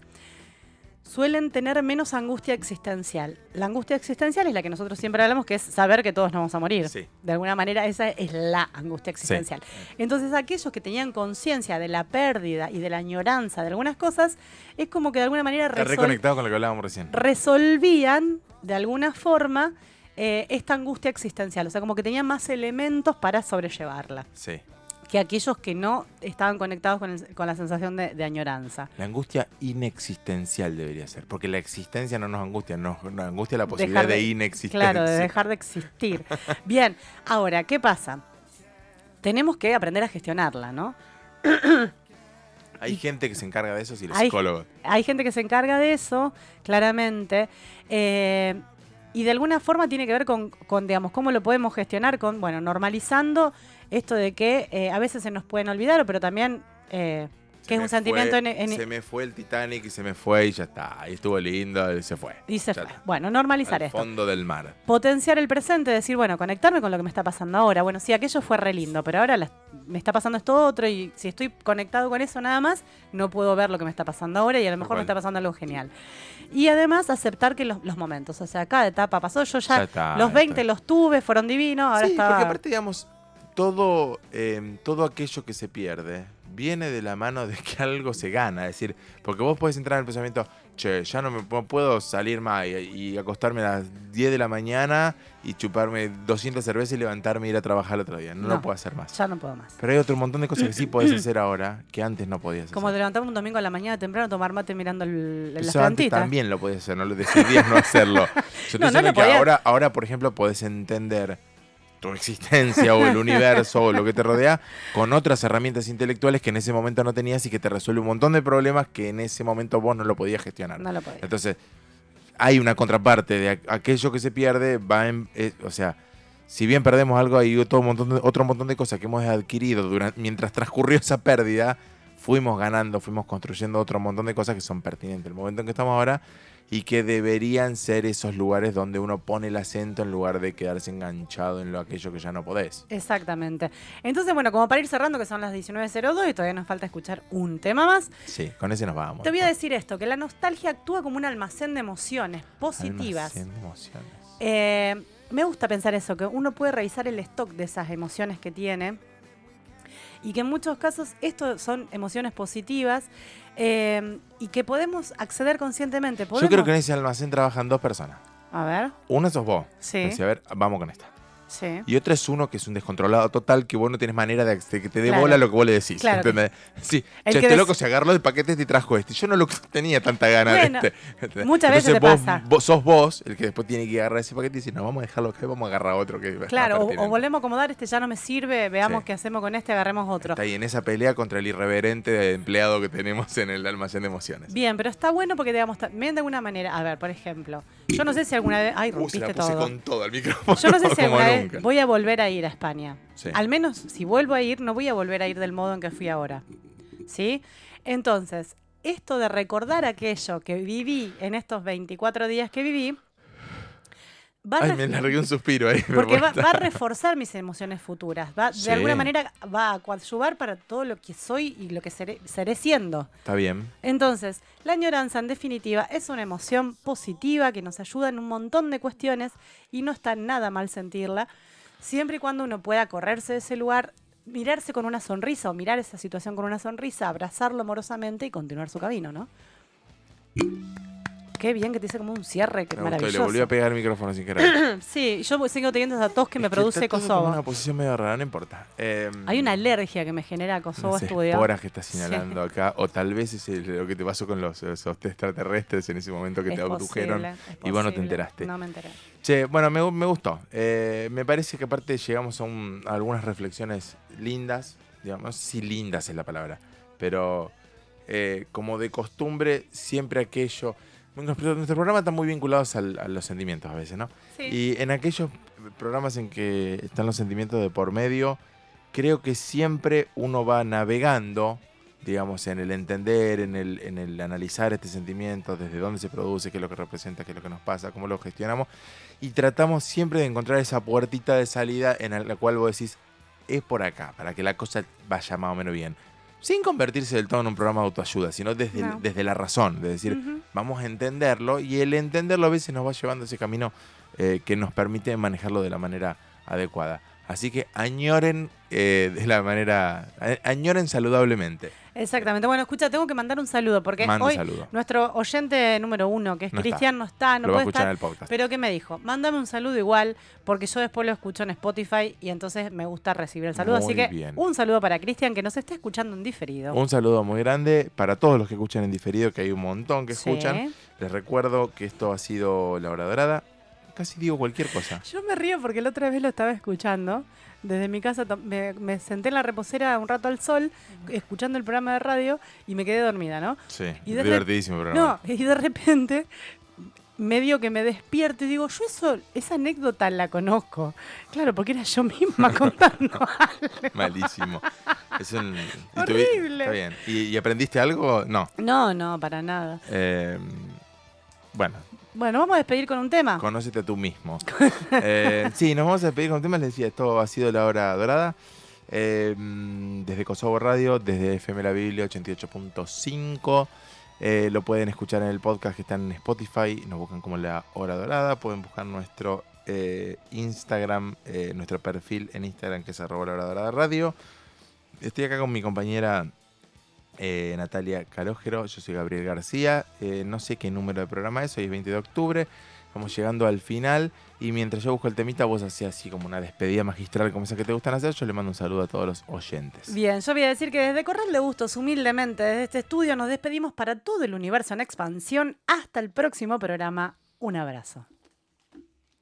S1: suelen tener menos angustia existencial. La angustia existencial es la que nosotros siempre hablamos, que es saber que todos nos vamos a morir.
S2: Sí.
S1: De alguna manera, esa es la angustia existencial. Entonces, aquellos que tenían conciencia de la pérdida y de la añoranza de algunas cosas, es como que de alguna manera
S2: Está
S1: resol-
S2: reconectado con lo que hablábamos recién.
S1: resolvían de alguna forma eh, esta angustia existencial. O sea, como que tenían más elementos para sobrellevarla
S2: Sí.
S1: que aquellos que no estaban conectados con, el- con la sensación de, de añoranza.
S2: La angustia inexistencial debería ser, porque la existencia no nos angustia, nos, nos angustia la posibilidad
S1: Dejar de-
S2: de, inexistencia.
S1: Claro, de dejar de existir. Bien, ahora, ¿qué pasa? Tenemos que aprender a gestionarla, ¿no?
S2: Hay gente que se encarga de eso, si los
S1: Hay-
S2: psicólogos.
S1: Hay gente que se encarga de eso, claramente. eh, y de alguna forma tiene que ver con, con, digamos, cómo lo podemos gestionar, con, bueno, normalizando esto de que eh, a veces se nos pueden olvidar, pero también eh,
S2: Se
S1: que es
S2: me
S1: un sentimiento
S2: fue-
S1: en- en-
S2: Se me fue el Titanic y se me fue y ya está. Ahí estuvo lindo y se fue.
S1: y se
S2: Ya
S1: fue.
S2: está.
S1: Bueno, normalizar
S2: Al
S1: esto.
S2: fondo del mar.
S1: potenciar el presente, decir, bueno, conectarme con lo que me está pasando ahora. Bueno, sí, aquello fue re lindo, pero ahora la- me está pasando esto otro y si estoy conectado con eso nada más, no puedo ver lo que me está pasando ahora y a lo mejor me
S2: cual.
S1: está pasando algo genial. Y además aceptar que los, los momentos, o sea, cada etapa pasó, yo ya,
S2: Ya está,
S1: los 20
S2: está.
S1: los tuve, fueron divinos, ahora
S2: sí,
S1: estaba...
S2: porque aparte, digamos, todo, eh, todo aquello que se pierde viene de la mano de que algo se gana. Es decir, porque vos podés entrar en el pensamiento, che, ya no me no puedo salir más y, y acostarme a las 10 de la mañana y chuparme 200 cervezas y levantarme e ir a trabajar el otro día. No,
S1: No.
S2: lo puedo hacer más.
S1: Ya no puedo más.
S2: Pero hay otro montón de cosas que sí podés hacer ahora que antes no podías hacer.
S1: Como te levantamos un domingo a la mañana temprano a tomar mate mirando el, las
S2: Eso antes
S1: plantitas.
S2: también lo podías hacer, no lo decidías no hacerlo. Yo
S1: No, no
S2: te
S1: lo
S2: que
S1: podías.
S2: ahora, ahora, por ejemplo, podés entender tu existencia o el universo o lo que te rodea con otras herramientas intelectuales que en ese momento no tenías y que te resuelve un montón de problemas que en ese momento vos no lo podías gestionar.
S1: No lo podía.
S2: Entonces, hay una contraparte de aqu- aquello que se pierde, va en, eh, o sea, si bien perdemos algo, hay otro montón de, otro montón de cosas que hemos adquirido durante, mientras transcurrió esa pérdida, fuimos ganando, fuimos construyendo otro montón de cosas que son pertinentes. El momento en que estamos ahora y que deberían ser esos lugares donde uno pone el acento en lugar de quedarse enganchado en lo aquello que ya no podés.
S1: Exactamente. Entonces, bueno, como para ir cerrando, que son las 19.02 y todavía nos falta escuchar un tema más,
S2: Sí, con ese nos vamos.
S1: te voy a decir esto, que la nostalgia actúa como un almacén de emociones positivas.
S2: Almacén de emociones.
S1: Eh, me gusta pensar eso, que uno puede revisar el stock de esas emociones que tiene y que en muchos casos esto son emociones positivas eh, y que podemos acceder conscientemente.
S2: Yo
S1: ¿Podemos?
S2: creo que en ese almacén trabajan dos personas.
S1: A ver,
S2: Una sos vos.
S1: Sí.
S2: Decís, a ver, vamos con esta.
S1: sí.
S2: Y otra es uno que es un descontrolado total que vos no tenés manera de que te dé
S1: Claro.
S2: bola lo que vos le decís.
S1: Claro que-
S2: ¿entendés? Sí,
S1: El
S2: che,
S1: que
S2: este
S1: dec-
S2: loco se agarró de paquetes y trajo este. Yo no lo tenía tanta gana
S1: Bueno,
S2: de este. ¿entendés?
S1: muchas veces
S2: Entonces
S1: te
S2: vos,
S1: pasa.
S2: vos- sos vos el que después tiene que agarrar ese paquete y decir, no, vamos a dejarlo acá y vamos a agarrar otro que es más
S1: Claro, o- o,
S2: pertinente".
S1: volvemos a acomodar, este ya no me sirve, veamos
S2: Sí.
S1: qué hacemos con este, agarremos otro.
S2: Está ahí en esa pelea contra el irreverente de empleado que tenemos en el almacén de emociones.
S1: Bien, pero está bueno porque digamos también de alguna manera, a ver, por ejemplo, yo no sé si alguna vez, ay,
S2: Uh, se la
S1: rompiste
S2: puse
S1: todo.
S2: con todo al micrófono.
S1: Yo no sé si
S2: como
S1: alguna vez
S2: nunca.
S1: voy a volver a ir a España.
S2: Sí.
S1: Al menos si vuelvo a ir, no voy a volver a ir del modo en que fui ahora. ¿Sí? Entonces, esto de recordar aquello que viví en estos 24 días que viví, va a
S2: Ay,
S1: ref-
S2: me largué un suspiro ahí. pero
S1: porque va,
S2: bueno,
S1: va a reforzar mis emociones futuras. Va,
S2: Sí.
S1: De alguna manera va a coadyuvar para todo lo que soy y lo que seré, seré siendo.
S2: Está bien.
S1: Entonces, la añoranza en definitiva es una emoción positiva que nos ayuda en un montón de cuestiones y no está nada mal sentirla, siempre y cuando uno pueda correrse de ese lugar, mirarse con una sonrisa o mirar esa situación con una sonrisa, abrazarlo amorosamente y continuar su camino, ¿no? Qué bien que te hice como un cierre, qué
S2: Me gustó y le volví
S1: maravilloso.
S2: a pegar el micrófono sin querer.
S1: Sí, yo sigo teniendo esa tos que me
S2: Es
S1: produce
S2: está todo como
S1: Kosovo.
S2: una posición medio rara, no importa. Eh,
S1: Hay una alergia que me genera Kosovo
S2: unas
S1: Estudio.
S2: esporas que estás señalando acá. O tal vez es el- lo que te pasó con los, esos extraterrestres en ese momento que
S1: Es
S2: te abdujeron.
S1: posible, es
S2: y vos no te
S1: posible.
S2: enteraste.
S1: No me enteré.
S2: Che, bueno, me, gu- me gustó. Eh, me parece que aparte llegamos a, un- a algunas reflexiones lindas, digamos, no sé si lindas es la palabra, pero eh, como de costumbre, siempre aquello. Nuestro, nuestro programa está muy vinculados al- a los sentimientos a veces, ¿no?
S1: Sí.
S2: Y en aquellos programas en que están los sentimientos de por medio, creo que siempre uno va navegando, digamos, en el entender, en el, en el analizar este sentimiento, desde dónde se produce, qué es lo que representa, qué es lo que nos pasa, cómo lo gestionamos. Y tratamos siempre de encontrar esa puertita de salida en la cual vos decís, es por acá, para que la cosa vaya más o menos bien. Sin convertirse del todo en un programa de autoayuda, sino desde,
S1: No.
S2: desde la razón, de decir,
S1: Ujú.
S2: vamos a entenderlo y el entenderlo a veces nos va llevando a ese camino eh, que nos permite manejarlo de la manera adecuada. Así que añoren eh, de la manera, a- añoren saludablemente.
S1: Exactamente. Bueno, escucha, tengo que mandar un saludo porque
S2: Mando un
S1: hoy
S2: saludo.
S1: nuestro oyente número uno, que es
S2: No está.
S1: Cristian, no está, no
S2: lo va a
S1: puede
S2: escuchar en
S1: estar.
S2: el podcast.
S1: Pero ¿qué me dijo? Mándame un saludo igual, porque yo después lo escucho en Spotify y entonces me gusta recibir el saludo.
S2: Muy
S1: Así que
S2: bien.
S1: un saludo para Cristian, que nos está escuchando en diferido.
S2: Un saludo muy grande para todos los que escuchan en diferido, que hay un montón que
S1: Sí.
S2: escuchan. Les recuerdo que esto ha sido La Hora Dorada. Casi digo cualquier cosa.
S1: Yo me río porque la otra vez lo estaba escuchando. Desde mi casa to- me, me senté en la reposera un rato al sol, escuchando el programa de radio y me quedé dormida, ¿no?
S2: Sí,
S1: Y de
S2: divertidísimo programa.
S1: No, y de repente medio que me despierto y digo, yo eso, esa anécdota la conozco. Claro, porque era yo misma contando.
S2: Malísimo. Es un... y tuvi-
S1: Horrible.
S2: Está bien. ¿Y, y aprendiste algo? No.
S1: No, no, para nada.
S2: Eh, bueno,
S1: Bueno, vamos a despedir con un tema.
S2: Conócete a tú mismo. Eh, sí, nos vamos a despedir con temas. Les decía, esto ha sido la hora dorada. Eh, mm, desde Kosovo Radio, desde FM La Biblia 88.5. Eh, lo pueden escuchar en el podcast que está en Spotify. Nos buscan como la hora dorada. Pueden buscar nuestro eh, Instagram, eh, nuestro perfil en Instagram que es arroba la hora dorada radio. Estoy acá con mi compañera eh, Natalia Calógero. Yo soy Gabriel García. Eh, no sé qué número de programa es. Hoy es 20 de octubre. Vamos llegando al final y mientras yo busco el temita, vos hacés así como una despedida magistral como esa que te gustan hacer. Yo le mando un saludo a todos los oyentes.
S1: Bien, yo voy a decir que desde Corral de Gustos, humildemente, desde este estudio nos despedimos para todo el universo en expansión. Hasta el próximo programa. Un abrazo.